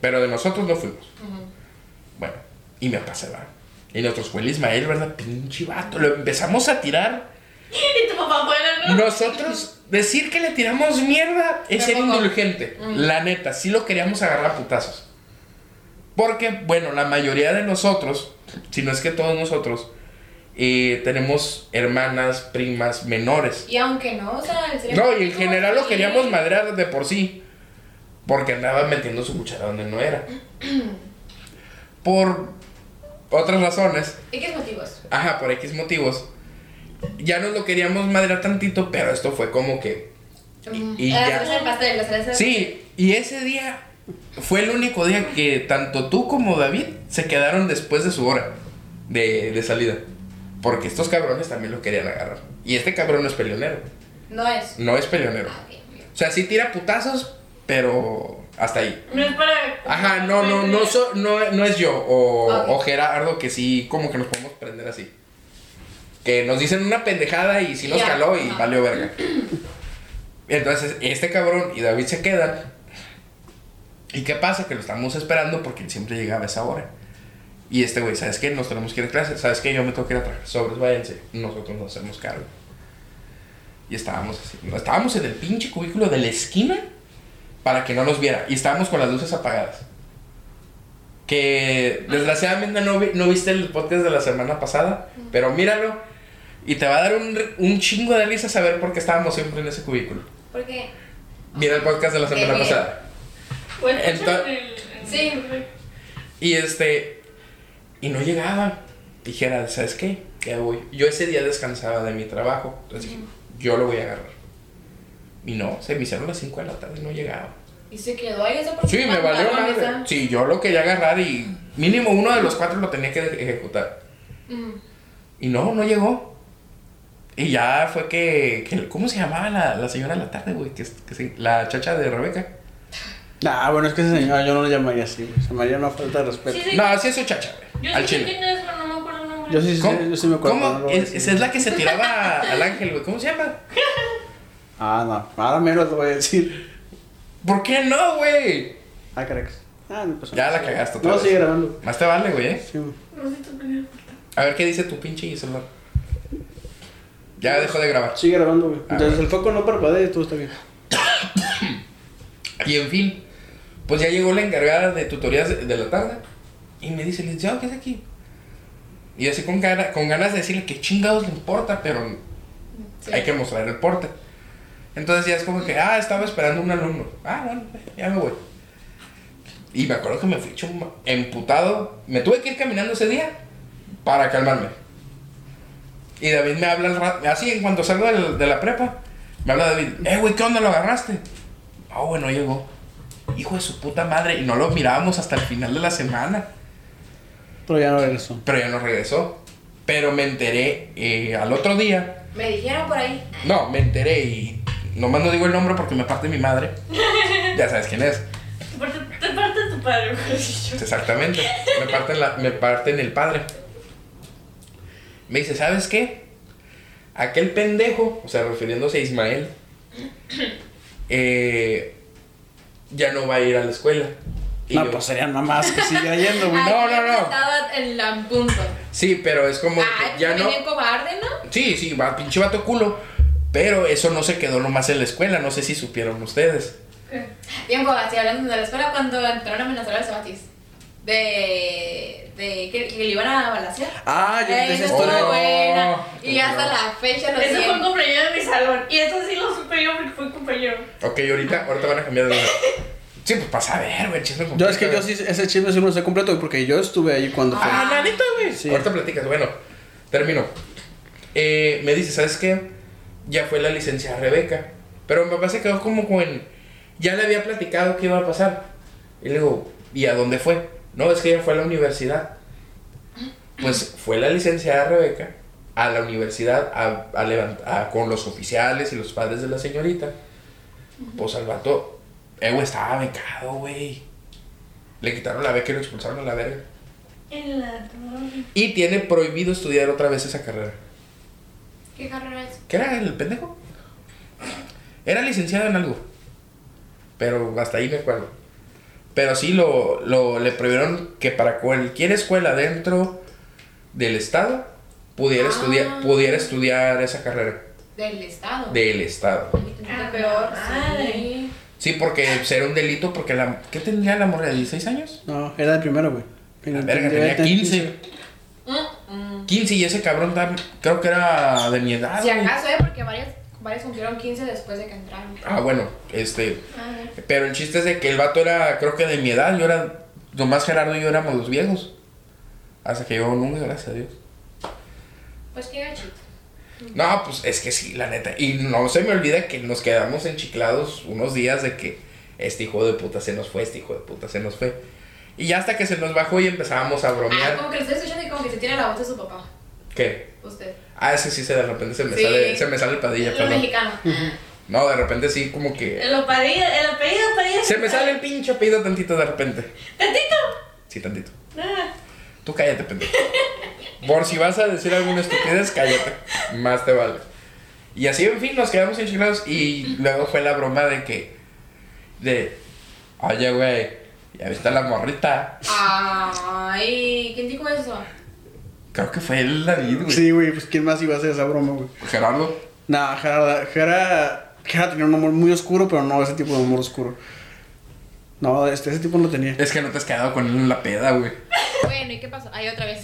Pero de nosotros no fuimos. Bueno, y mi papá se va. Y nosotros fue el Ismael, ¿verdad? Pinche vato. Lo empezamos a tirar. Y tu papá fuera, ¿no? Nosotros decir que le tiramos mierda es ser Tampoco. indulgente. La neta, sí lo queríamos agarrar a putazos. Porque, bueno, la mayoría de nosotros, si no es que todos nosotros, eh, tenemos hermanas, primas, menores. Y aunque no, o sea, el cerebro- No, y en general lo Sí. queríamos madrear de por sí. Porque andaba metiendo su cuchara donde no era. Por otras razones. ¿Y qué motivos? Ajá, por X motivos. Ya nos lo queríamos madrear tantito, pero esto fue como que Y- y Ah, ya. las cerezas del pastel, las cerezas- Sí, y ese día fue el único día que tanto tú como David se quedaron después de su hora de, de salida. Porque estos cabrones también lo querían agarrar. Y este cabrón no es peleonero. No es. No es peleonero. Ah, bien, bien. O sea, sí tira putazos, pero hasta ahí. No es para. Ajá, no, no, no, so- no, no es yo. O, Ok. o Gerardo, que sí, como que nos podemos prender así. Que nos dicen una pendejada y sí nos Ya, caló y ajá. valió verga. Entonces, este cabrón y David se quedan. ¿Y qué pasa? Que lo estamos esperando porque él siempre llegaba a esa hora. Y este güey, ¿sabes qué? Nos tenemos que ir a clase. ¿Sabes qué? Yo me tengo que ir a trabajar. Sobres, váyanse. Nosotros nos hacemos cargo. Y estábamos así. no, Estábamos en el pinche cubículo de la esquina para que no nos viera. Y estábamos con las luces apagadas. Que desgraciadamente no, vi- no viste el podcast de la semana pasada, pero míralo. Y te va a dar un, r- un chingo de risa saber por qué estábamos siempre en ese cubículo. Porque. Mira el podcast de la Qué semana bien. pasada. Pues, Ento- Sí. Y este. Y no llegaba. Dijera, ¿sabes qué? Ya voy. Yo ese día descansaba de mi trabajo. Entonces dije, yo lo voy a agarrar. Y no, se me hicieron las 5 de la tarde y no llegaba. Y se quedó ahí esa Sí, me valió madre. Sí, yo lo quería agarrar y mínimo uno de los cuatro lo tenía que ejecutar. Mm. Y no, no llegó. Y ya fue que. que- ¿Cómo se llamaba la, la señora de la tarde, güey? Que, es- que se- la chacha de Rebeca. Nah, Ah, bueno, es que esa señora yo no la llamaría así. güey. Se llamaría una falta de respeto. Sí, sí. Pues, No, así es su chacha, güey. Yo Al sí chile. sé quién es, pero no me acuerdo el nombre. Yo sí, sí, ¿Cómo? yo sí me acuerdo. ¿Cómo? no lo voy a Es- decir. esa es la que se tiraba al ángel, güey. ¿Cómo se llama? Ah, no. Ahora menos lo voy a decir. ¿Por qué no, güey? Ah, caracas. Ah, no pasó. Ya la cagaste otra No, vez. sigue grabando. Más te vale, güey, ¿eh? Sí, güey. Rosita Peña. A ver qué dice tu pinche celular. Ya dejó de grabar. Sigue grabando, güey. Ah, Entonces el foco no parpadee, todo está bien. Y en fin, pues ya llegó la encargada de tutorías de, de la tarde. Y me dice, licenciado, ¿qué es aquí? Y yo así con, cara- con ganas de decirle que chingados le importa, pero hay que mostrar el porte. Entonces ya es como que, ah, estaba esperando un alumno. Ah, bueno, ya me voy. Y me acuerdo que me fui chum- emputado. Me tuve que ir caminando ese día para calmarme. Y David me habla al rato, así en cuanto salgo del- de la prepa, me habla David, eh, güey, ¿qué onda lo agarraste? Ah, bueno, llegó. Hijo de su puta madre. Y no lo mirábamos hasta el final de la semana. Pero ya no regresó. Pero ya no regresó. Pero me enteré eh, al otro día Me dijeron por ahí. no, me enteré y nomás no digo el nombre porque me parte mi madre. Ya sabes quién es. Te parte- Te parte tu padre, güey. Yo- Exactamente. Me parten, la- me parten el padre. Me dice, ¿sabes qué? Aquel pendejo, o sea, refiriéndose a Ismael, eh, ya no va a ir a la escuela. Y No, yo, pues serían mamás que sigue yendo, güey. No, no, no. Estaba en la punto. sí, pero es como... que Ay, ya no... bien cobarde, ¿no? Sí, sí, va, pinche vato culo. Pero eso no se quedó nomás en la escuela, no sé si supieron ustedes. Bien cobarde, sí, hablando de la escuela, cuando entraron a amenazar a los batis. De. de que, que le iban a balasear. Ah, yo Ey, esa no estuvo historia. buena. Oh, Y hasta no. la fecha lo Ese fue un siguen. compañero de mi salón. Y eso sí lo supe yo porque fue un compañero. Ok, ahorita, ahorita van a cambiar de lugar. Sí, pues pasa a ver, güey, chisme Yo completo, es que yo güey. sí, ese chisme sí no lo sé completo, güey, porque yo estuve ahí cuando fue. Ah, la neta, güey. Sí. Ahorita platicas, bueno, termino. Eh, me dice, ¿sabes qué? Ya fue la licenciada Rebeca. Pero mi papá se quedó como con. Ya le había platicado qué iba a pasar. Y le digo, ¿y a dónde fue? No, es que ella fue a la universidad. pues fue la licenciada Rebeca a la universidad a, a levant- a- con los oficiales y los padres de la señorita. Pues al vato, eh, güey, estaba becado, güey. Le quitaron la beca y lo expulsaron a la verga. En la torre. Y tiene prohibido estudiar otra vez esa carrera. ¿Qué carrera es? ¿Qué era el pendejo? Era licenciado en algo. Pero hasta ahí me acuerdo. Pero sí lo, lo- le prohibieron que para cualquier escuela dentro del estado pudiera Ah. estudiar pudiera estudiar esa carrera Del Estado. del estado. Ah, peor, madre. sí. Sí, porque será un delito porque la ¿qué tendría la morra de 16 años? No, era el primero, güey. La Tenía- verga tenía debía tener 15. Mm, 15 y ese cabrón tam- creo que era de mi edad. Si güey. acaso, ¿eh? Porque varias, varias cumplieron 15 después de que entraron. Ah, bueno, este Madre. Pero el chiste es de que el vato era, creo que de mi edad, yo era, nomás Gerardo y yo éramos los viejos. Hasta que yo nunca, gracias a Dios. Pues qué gachito. No, pues es que sí, la neta. Y no se me olvida que nos quedamos enchiclados unos días de que este hijo de puta se nos fue, este hijo de puta se nos fue. Y ya hasta que se nos bajó y empezábamos a Ah, bromear. como que lo estoy escuchando y como que se tiene la voz de su papá. ¿Qué? Usted. Ah, ese sí se de repente se me Sí. sale, se me sale el padilla, Lo perdón. mexicano. No, de repente sí, como que. El apellido, el apellido, apellido. Se me sale el pinche apellido tantito de repente. Tantito. Sí, tantito. Ah, Tú cállate, pendejo. Por si vas a decir alguna estupidez, cállate. Más te vale. Y así, en fin, nos quedamos enchilados. Y luego fue la broma de que. De. Oye, güey. Ya viste la morrita. Ay, ¿quién dijo eso? Creo que fue el David, güey. Sí, güey, pues quién más iba a hacer esa broma, güey. Gerardo. Nah, Gerard, Gerard, Gerard tenía un humor muy oscuro, pero no ese tipo de humor oscuro. No, este, ese tipo no lo tenía. Es que no te has quedado con él en la peda, güey. Bueno, ¿y qué pasó? Ay, otra vez.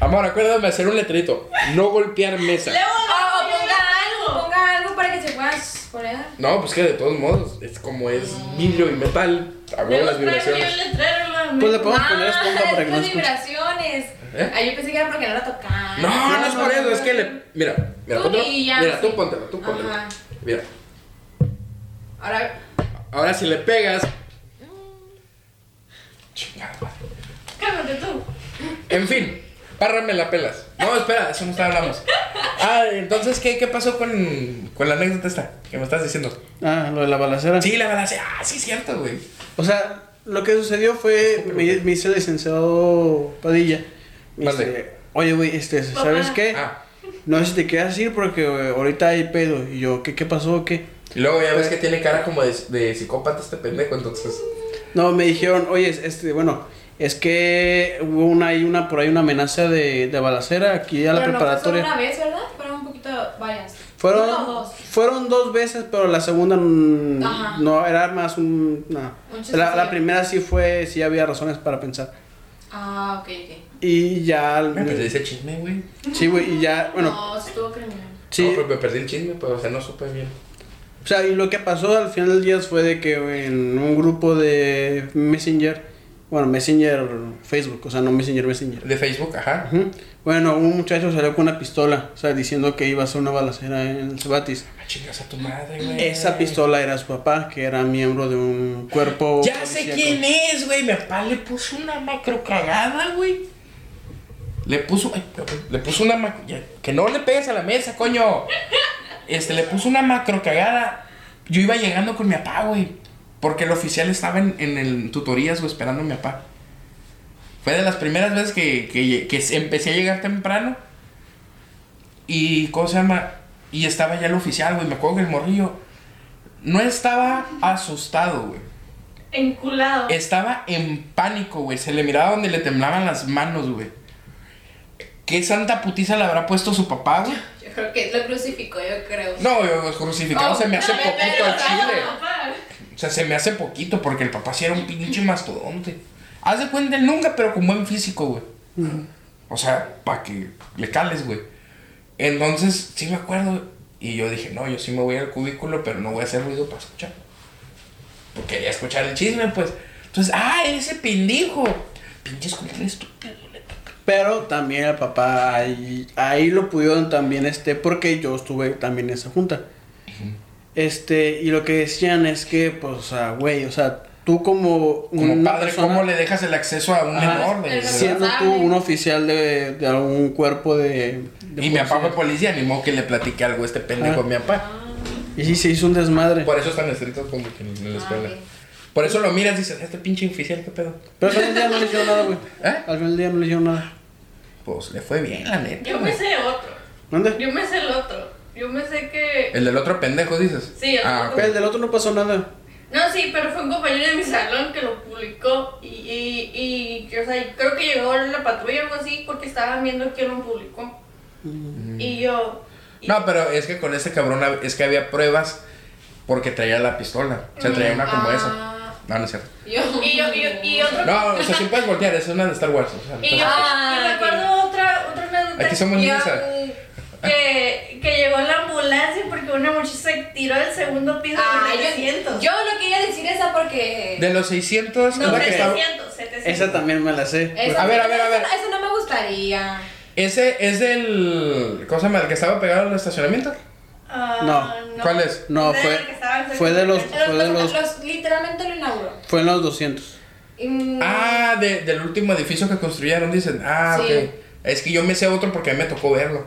Amor, acuérdame hacer un letrito. No golpear mesa. Oh, O Ah, ponga algo, ponga algo para que se puedan poner. No, pues que de todos modos, es como es vidrio y metal. A huevo las vibraciones. Pues le podemos Ah, poner esponja para que no estas escuche. vibraciones. ¿Eh? Ay, yo pensé que era porque no la tocaban. No, no es por eso, es que le. Mira, mira, Tú póntelo. y ya, Mira, tú sí. póntelo, tú póntelo. Ajá. Mira. Ahora, Ahora si le pegas. Chingada madre. cálmate tú. En fin, párrame la pelas. No, espera, eso no está hablamos. Ah, entonces, ¿qué, qué pasó con, con la anécdota esta que me estás diciendo? Ah, lo de la balacera. Sí, la balacera. Ah, sí, cierto, güey. O sea, lo que sucedió fue, me, me dice el licenciado Padilla. Me Vale. dice, oye, güey, este, ¿sabes Papá. qué? Ah, No sé si te quedas ir porque eh, ahorita hay pedo. Y yo, ¿qué, qué pasó? ¿Qué? y luego ya ves que tiene cara como de, de psicópata este pendejo, entonces. No, me dijeron, oye, es- este, bueno, es que hubo una, hay una, por ahí una amenaza de, de balacera aquí a la pero preparatoria. No fue solo una vez, ¿verdad? Fueron un poquito varias. Fueron, Uno o dos. fueron dos veces, pero la segunda mm, Ajá. no era más un. no. Un chiste la, la serio. primera sí fue, sí había razones para pensar. Ah, ok, ok. Y ya. Me perdí ese pues, chisme, güey. Sí, güey, y ya, bueno. No, estuvo criminal. Sí. Sí, pues me perdí el chisme, pero o sea, no supe bien. o sea, y lo que pasó al final del día fue de que en un grupo de Messenger, bueno, Messenger Facebook, o sea, no Messenger Messenger. De Facebook, ajá. Ujú. Bueno, un muchacho salió con una pistola, o sea, diciendo que iba a hacer una balacera en el Cebatis. Ah, chingas a tu madre, güey. Esa pistola era su papá, que era miembro de un cuerpo. Ya sé policíaco. quién es, güey. Mi papá le puso una macro cagada, güey. Le puso. ay, perdón, le puso una macro. ya, que no le pegues a la mesa, coño. Este, le puso una macro cagada. Yo iba llegando con mi papá, güey. Porque el oficial estaba en, en el tutorías, güey, esperando a mi papá. Fue de las primeras veces que, que, que empecé a llegar temprano. Y, ¿cómo se llama? Y estaba ya el oficial, güey. Me acuerdo que el morrillo no estaba asustado, güey. Enculado. Estaba en pánico, güey. Se le miraba donde le temblaban las manos, güey. ¿Qué santa putiza le habrá puesto su papá, güey? Yo creo que lo crucificó, yo creo. No, yo, crucificado Oh, se me hace no, poquito pero- al chile. O sea, se me hace poquito porque el papá sí era un pinche mastodonte. Haz de cuenta, él nunca, pero con buen físico, güey. O sea, para que le cales, güey. Entonces, sí me acuerdo. Y yo dije, no, yo sí me voy al cubículo, pero no voy a hacer ruido para escuchar. Porque quería escuchar el chisme, pues. Entonces, ah, ese pendejo. Pinches cumpleaños estúpido. neta. Pero también el papá ahí, ahí lo pudieron también este porque yo estuve también en esa junta. Este, y lo que decían es que pues o sea, güey, o sea, tú como, Como una padre, persona- ¿cómo le dejas el acceso a un Ajá. menor? de- El- de- siendo tú Responsable. un oficial de, de algún cuerpo de, de y mi papá fue policía. policía, ni modo que le platique algo a este pendejo pues, Ajá. a mi papá. Y sí, se hizo un desmadre. Por eso están estrictos como que en la escuela. Ah, ok. Por eso lo miras y dices, este pinche oficial, ¿qué pedo? Pero al final del día no le hicieron nada, güey. ¿Eh? Al final del día no le hicieron nada. Pues le fue bien, la neta. Yo me güey. sé otro. ¿Dónde? Yo me sé el otro. Yo me sé que. El del otro pendejo, dices. Sí, el ah, otro. Pero el del otro no pasó nada. No, sí, pero fue un compañero de mi salón que lo publicó. Y, y, y, yo, o sea, creo que llegó la patrulla o algo así porque estaban viendo quién lo publicó. Mm. Y yo. y- No, pero es que con este cabrón hab- es que había pruebas porque traía la pistola. O sea, traía una como esa. Ah, No, no es cierto. yo- Y yo, y, yo- Mm. y otro. No, o sea, sí puedes voltear, es una de Star Wars. o sea, Y entonces- yo, Ah, y ok. me acuerdo otra, otra anécdota. Aquí somos que- niños, ah. que, que llegó la ambulancia porque una muchacha se tiró del segundo piso Ah, de yo, yo no quería decir esa porque. de los 600, No, es la que estaba- 700, 700. Esa también me la sé. Eso- A ver, a ver, a ver. Eso, eso no me gustaría. Ese es el. ¿Cómo se llama? El que estaba pegado al estacionamiento. Ah, No. ¿Cuál es? No, Era fue- el que estaba en fue de los- Los, secundaria. Fue de los- los- los- literalmente lo inauguró. Fue en los 200. Mm. Y- mm, Ah, de- del último edificio que construyeron, dicen. Ah, Sí. ok. Es que yo me sé otro porque a mí me tocó verlo.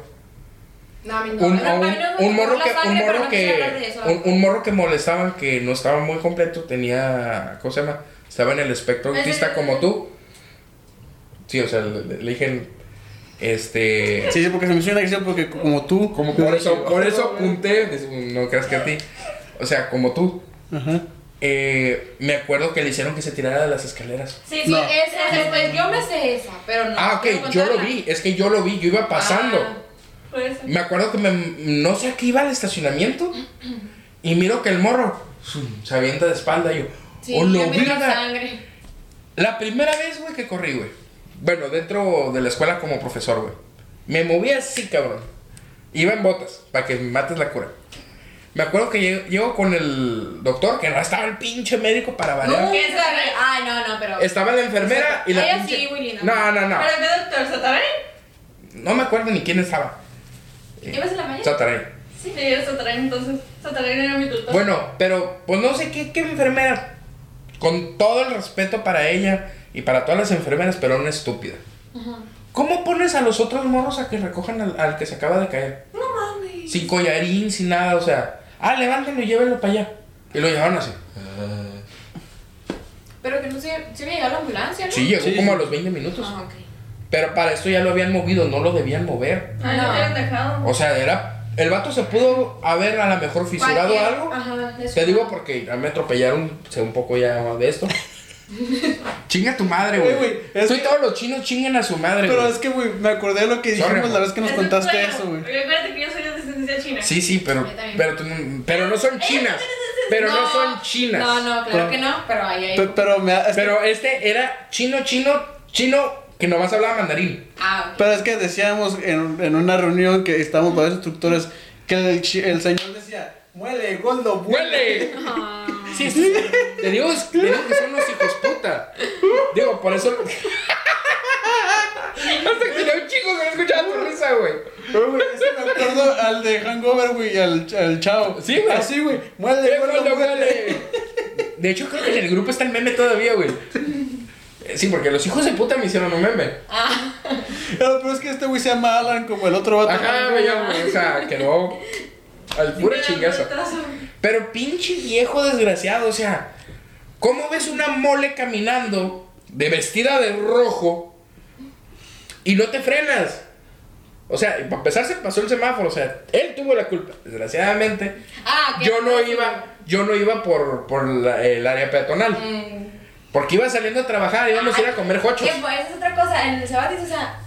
No, a mí no. Un, Era- a un- mí no me un morro gustó que, la sangre, un pero morro no quisiera hablar de que, eso. un, un morro que molestaban que no estaba muy completo, tenía, ¿cómo se llama? Estaba en el espectro Ese- autista como tú. Sí, o sea, le, le- le dije, este, Sí, sí, porque se me hizo una acción porque como tú. como por eso, por eso Ajá. apunté, dice, no creas que a ti, o sea, como tú. Ajá. Eh, me acuerdo que le hicieron que se tirara de las escaleras. Sí, sí, No. es, es- pues yo me sé esa, pero no. Ah, ok, quiero yo lo contarla. Ah. vi, es que yo lo vi, yo iba pasando. Puede ser. Me acuerdo que me, no sé a qué iba al estacionamiento y miro que el morro zum, se avienta de espalda y yo, Sí, ¡oh, yo lo miré la verga! sangre. La primera vez, güey, que corrí, güey. Bueno, dentro de la escuela como profesor, güey. Me moví así, cabrón. Iba en botas, para que me mates la cura. Me acuerdo que llego, llego con el doctor, que no estaba el pinche médico para variar. Nunca vi- Ay, no, no, pero. Estaba la enfermera y la Ella pinche- sí, muy linda. No, no, no. Pero qué doctor, ¿Satarén? No me acuerdo ni quién estaba. Eh, ¿Llevas la mañana? Sataray. Sí, yo era Satarén, entonces. Satarén era mi tutor. Bueno, pero pues no sé qué, qué enfermera. Con todo el respeto para ella y para todas las enfermeras, pero una estúpida. ¿Cómo pones a los otros morros a que recojan al, al que se acaba de caer? No mames. Sin collarín, sin nada, o sea. Ah, levántalo y llévenlo para allá. Y lo llevaron así. Pero que no se. Se me llegó la ambulancia, ¿no? Sí, llegó Sí, como sí. a los 20 minutos. Ah, ok. Pero para esto ya lo habían movido, no lo debían mover. Ah, No. no te habían dejado. O sea, era. El vato se pudo haber a lo mejor fisurado Cualquier- algo. Ajá, de su- Te digo porque a mí me atropellaron, sé un poco ya más de esto. Chinga tu madre, güey. Güey, güey, es Estoy que- todos los chinos chinguen a su madre, Pero güey. es que, güey, me acordé de lo que dijimos Sorry, la vez que nos Es un contaste sueño. eso, güey. Porque Acuérdate que yo soy de descendencia china. Sí, sí, pero, Yo también. pero, tú no- pero no son chinas. Pero no, son chinas. No, no, claro Pero- que no, pero ahí hay. Pe- Pero me. es que- Pero este era chino, chino, chino, que nomás hablaba mandarín. Ah, ok. Pero es que decíamos en, en una reunión que estábamos varios instructores que el, chi- el señor decía, muele, gordo, ¡Huele! Ah. Sí, sí. Te digo, te digo que son unos hijos puta. Digo, por eso. Hasta que yo, chico, que no escuchaba tu risa, güey. Pero, güey, es que me acuerdo al de Hangover, güey, y al, al chao. Sí, güey. Así, güey. Muele, Eh, gordo, huele, muele. huele. De hecho, creo que en el grupo está el meme todavía, güey. Eh, Sí, porque los hijos de puta me hicieron un meme. Pero, pero es que este güey se llama Alan como el otro vato. Ajá, güey, ya, güey, o sea, quedó al puro chingazo. Pero pinche viejo desgraciado, o sea, ¿cómo ves una mole caminando de vestida de rojo y no te frenas? O sea, para empezar se pasó el semáforo, o sea, él tuvo la culpa, desgraciadamente. Ah, ok. Yo no iba, yo no iba por, por la- el área peatonal. Mm. Porque iba saliendo a trabajar, íbamos a ir a comer jochos. Que pues es otra cosa, en el Cebatis, o sea,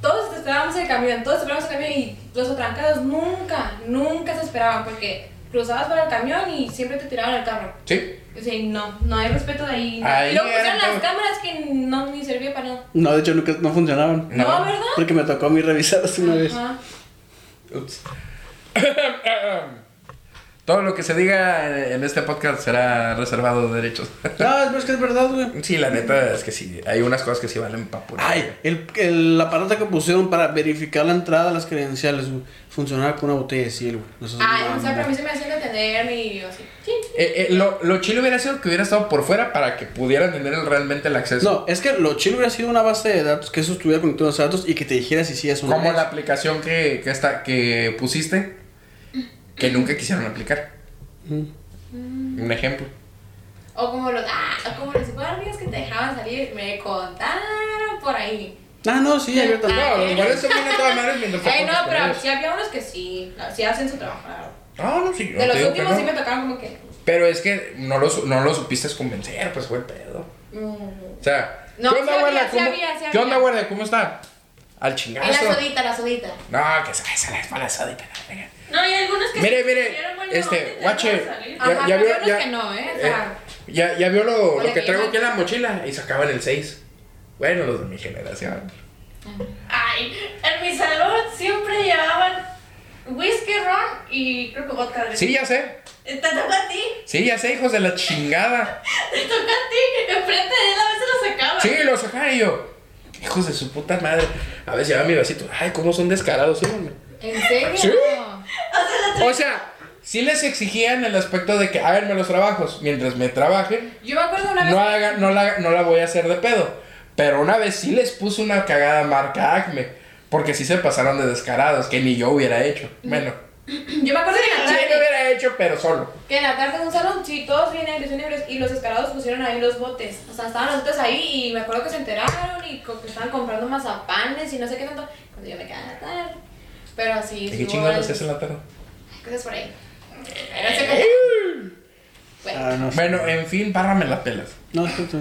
todos te esperábamos el camión, todos esperábamos el camión y los atrancados nunca, nunca se esperaban porque cruzabas por el camión y siempre te tiraban el carro. Sí. O sea, no, no hay respeto de ahí. Ahí y luego pusieron eran las todos. cámaras que no ni servía para nada. No, de hecho, nunca, no funcionaban. No. No, ¿verdad? Porque me tocó a mí revisarlas una vez. Ajá. Ups. Todo lo que se diga en este podcast será reservado de derechos. No, pero es que es verdad, güey. Sí, la neta es que sí. Hay unas cosas que sí valen papura. Ay, el, el aparato que pusieron para verificar la entrada de las credenciales, güey, funcionaba con una botella de cielo, güey. No seas Ah, mamón. o sea, pero a mí se me hacían detenerme y yo así. Sí. Eh, eh, lo, lo chile hubiera sido que hubiera estado por fuera para que pudieran tener el- realmente el acceso. No, es que lo chido hubiera sido una base de datos, que eso estuviera conectado a los datos y que te dijera si sí es una Como la aplicación que, que, está, que pusiste, que nunca quisieron aplicar. Mm. Un ejemplo. O como los, ah, como los guardias que te dejaban salir, me contaron por ahí. Ah, no, sí, había tanto. No, los guardias son bien a toda madre mientras te Ay, no, portas con pero ellos. sí había unos que sí, sí hacen su trabajo. la verdad. Ah, No, no, sí. De no te los digo que últimos no. sí me tocaron como que. Pero es que no lo, su- no lo supiste convencer, pues fue el pedo. mm, O sea, No, ¿qué onda, sí había, güerda? sí ¿Cómo- había, sí ¿Qué había. onda, güerda? ¿Cómo está? Al Y la chingazo. sodita, la sodita. No, que se esa la espalda sodita. la verga. No, hay algunos que Mire, se mire, pusieron buena onda y este, te guache. dejaron salir. ya- Ajá, pero Ya vio, hay unos ya. que no, ¿eh? O eh, sea, Ya ya vio lo- Oye, lo que que traigo ya- aquí en la mochila y sacaban el 6. Bueno, los de mi generación. Ay, en mi salón siempre llevaban whisky, ron y creo que vodka. de- Sí, ya sé. Te toca a ti, Sí, ya sé, hijos de la chingada. te toca a ti. Enfrente de él a veces lo sacaba. Sí, los sacaron y yo. Hijos de su puta madre. A ver, lleva mi vasito. Ay, cómo son descarados, síganme. ¿En serio? Sí. O sea, la O sea, sí les exigían el aspecto de que háganme los trabajos. Mientras me trabajen, Yo me acuerdo una vez. no, haga, no, la, no la voy a hacer de pedo. Pero una vez sí les puse una cagada marca Acme. Porque sí se pasaron de descarados, que ni yo hubiera hecho. Bueno, Yo me acuerdo que en la sí lo tarde. hubiera hecho, pero solo. Que en la tarde en un salón, sí, todos vienen de libres y los escarados pusieron ahí los botes. O sea, estaban los botes ahí y me acuerdo que se enteraron y co- que estaban comprando mazapanes y no sé qué tanto. Cuando yo me quedé en la tarde. Pero sí. sí ¿Y qué hubo chingados algo. hacías en la tarde? Cosas por ahí. Era seco. Eh. Bueno, Ah, no. sé. Bueno, eh. en fin, párrame las pelas. No, sí, sí.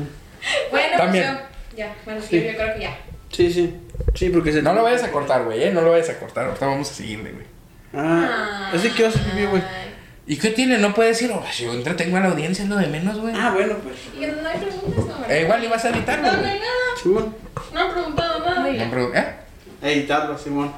bueno, También. pues yo- Ya, bueno, sí, Sí. yo creo que ya. Sí, sí. Sí, porque se. No lo vayas a cortar, güey, ¿eh? No lo vayas a cortar. Ahorita vamos a seguirle, güey. Ah, es que quiero hacer pipí, güey. ¿Y qué tiene? No puedes decir, oh, si yo entretengo a la audiencia es lo de menos, güey. Ah, bueno, pues. Y no hay preguntas, no, Eh, ¿verdad? igual ibas a No, editarlo, no güey. hay nada. Simón. No he preguntado nada. Muy bien. No, pero, ¿eh? Editarlo, Simón.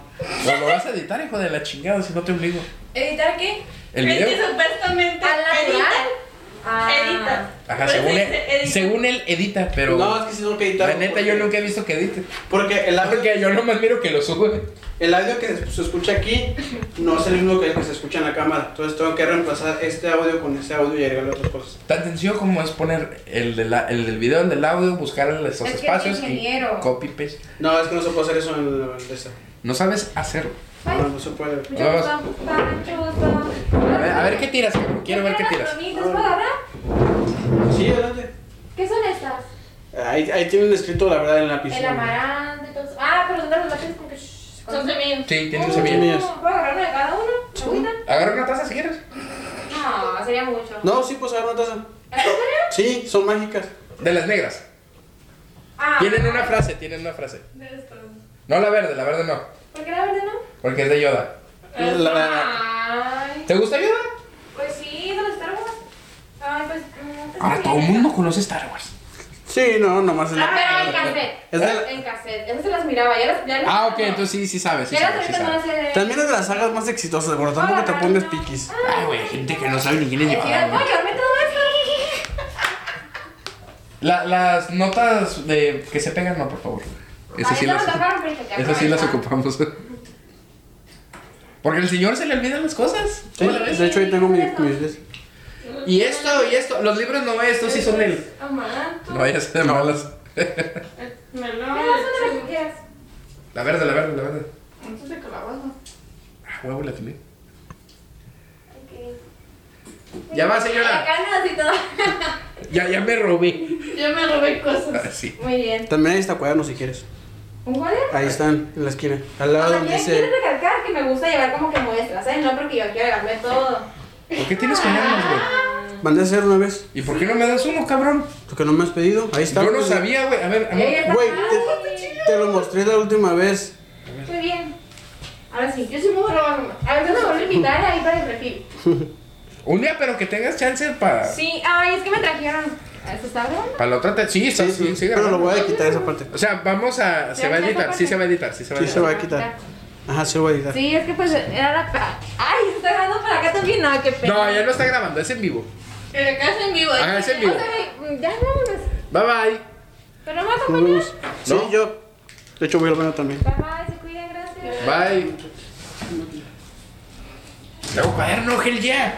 Lo, lo vas a editar, hijo de la chingada, si no te obligo. ¿Editar qué? El Es que video. supuestamente ¿Al natural? editan. Ah. Edita. Ajá, Pues según dice, él, edita. según él edita, pero. No, es que si no que editarlo. la neta, porque- yo nunca he visto que edite. Porque el audio, Porque yo nomás miro que lo sube. el audio que se escucha aquí no es el mismo que el que se escucha en la cámara. Entonces tengo que reemplazar este audio con ese audio y agregarle otras cosas. Tan sencillo como es poner el, de la- el del video, el del audio, buscar esos Es que es espacios y ingeniero. copy paste. No, es que no se puede hacer eso en la en esta. No sabes hacerlo. Ay. No, no se puede. Mucho gusto, mucho gusto. A ver, a ver qué tiras, cabrón. Quiero ver qué tiras. ¿Las puedo agarrar? Sí, adelante. ¿Qué son estas? Ahí, ahí tienen escrito la verdad en la El piscina. amaranto y todo eso. Ah, pero son de los lápices como que. shh, con- Son semillas. Sí, Oh, tiene semillas. semillas. ¿Puedo agarrar una de cada uno? ¿Agüita? Agarra una taza si quieres. No, sería mucho. No, sí, pues agarra una taza. ¿En serio? Sí, son mágicas. De las negras. Ah, Tienen una frase, tienen una frase. No la verde, la verde no. ¿Por qué la verde no? Porque es de Yoda. La- la- la- Ay, ¿Te gusta Yoda? pues sí, de los Star Wars. Ay, pues. mm, Ahora está todo el bien. mundo conoce Star Wars. Sí, no, nomás en Ah, la pero en cassette. Es de la- En cassette. Esas se las miraba. Ya las, ya las- Ah, ok, entonces sí, sí sabes, sí Ya las sabes, sí ahorita no sabes. las he- También es de las sagas más exitosas, de verdad. Tampoco te pongas piquis. Ah, Ay, güey, gente que no sabe ni quién es Ay, sí, Yoda, ¿puedo güey. llevarme todo eso? La- las notas de que se pegan, no, por favor. Esas Ay, sí no, las, no, no, no, no, no, esas sí las no. ocupamos. Porque al señor se le olvidan las cosas. Sí, ¿Cómo la ves? de hecho, ahí tengo mi- mis. mis- Y esto, y esto. Los libros no, estos sí son el. Amaranto. No vayas a ser malas. Melón. Me das una Ah, de las que quieras. La verde, la verde, la verde. Entonces de calabaza. Ah, huevo, la tiene. Ok. Ya va, La señora. canas y todo. Ya, ya me robé. Yo me robé Ah, cosas. sí. Muy bien. También ahí está cuaderno si quieres. ¿Un cuaderno? Ah, Ahí están, en la esquina. Al lado donde También quiero dice. recalcar que me gusta llevar como que muestras, ¿eh? No porque yo quiero llevarme todo. ¿Por qué tienes cuadernos, güey? Mandé a hacer una vez. ¿Y por qué no me das uno, cabrón? Lo que no me has pedido. Ahí está. Yo no pues, sabía, güey. A ver, amor. Ella- Güey, te, te lo mostré la última vez. Muy bien. Ahora sí, yo sí me voy a robar una. A ver, me vuelvo a invitar ahí para el perfil. Un día, pero que tengas chance para. Sí, ay, es que me trajeron. ¿Eso está bueno? Para la otra. te- Sí, sí, sí, Sí, sí. sí, Pero lo grabando. voy a quitar esa parte. O sea, vamos a. Se Ya, va a ya, editar, aparte. sí se va a editar, sí se va a Sí, se editar. va a quitar. Ajá, se lo voy a editar. Sí, es que pues era la. pa- Ay, se está grabando para acá también. No, qué pena. No, ya no está grabando, es en vivo. Pero acá es en vivo. ¿eh? Ajá, es en O vivo. sea, ya no. Bye bye. Pero me Nos acompañan. vemos. Sí, ¿No? yo. De hecho, voy al baño también. Bye bye, se cuidan, gracias. Bye. Luego cuaderno, gel ya.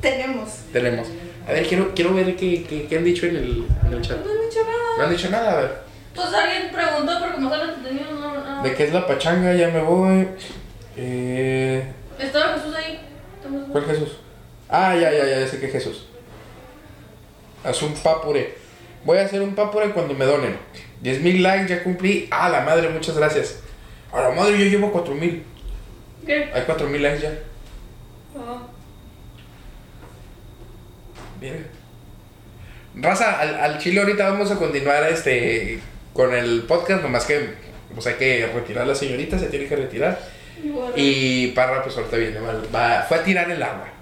Tenemos. Tenemos. A ver, quiero, quiero ver qué, qué, qué han dicho en el, en el chat. No me he hecho nada. No han dicho nada, a ver. Pues alguien preguntó, pero como solo entretenido, no. Ah. no. ¿De qué es la pachanga? Ya me voy. Eh, Estaba Jesús ahí. Estamos- ¿Cuál Jesús? Ah, ya, ya, ya, ya sé que Jesús. Haz un papure. Voy a hacer un papure cuando me donen. 10.000 likes, ya cumplí. Ah, la madre, muchas gracias. A la madre, yo llevo 4.000. ¿Qué? Hay 4.000 likes ya. Ah. Bien. Raza, al, al chile ahorita vamos a continuar este con el podcast, nomás que pues hay que retirar a la señorita, se tiene que retirar. Igual. Y Parra pues ahorita viene, va, va- fue a tirar el agua.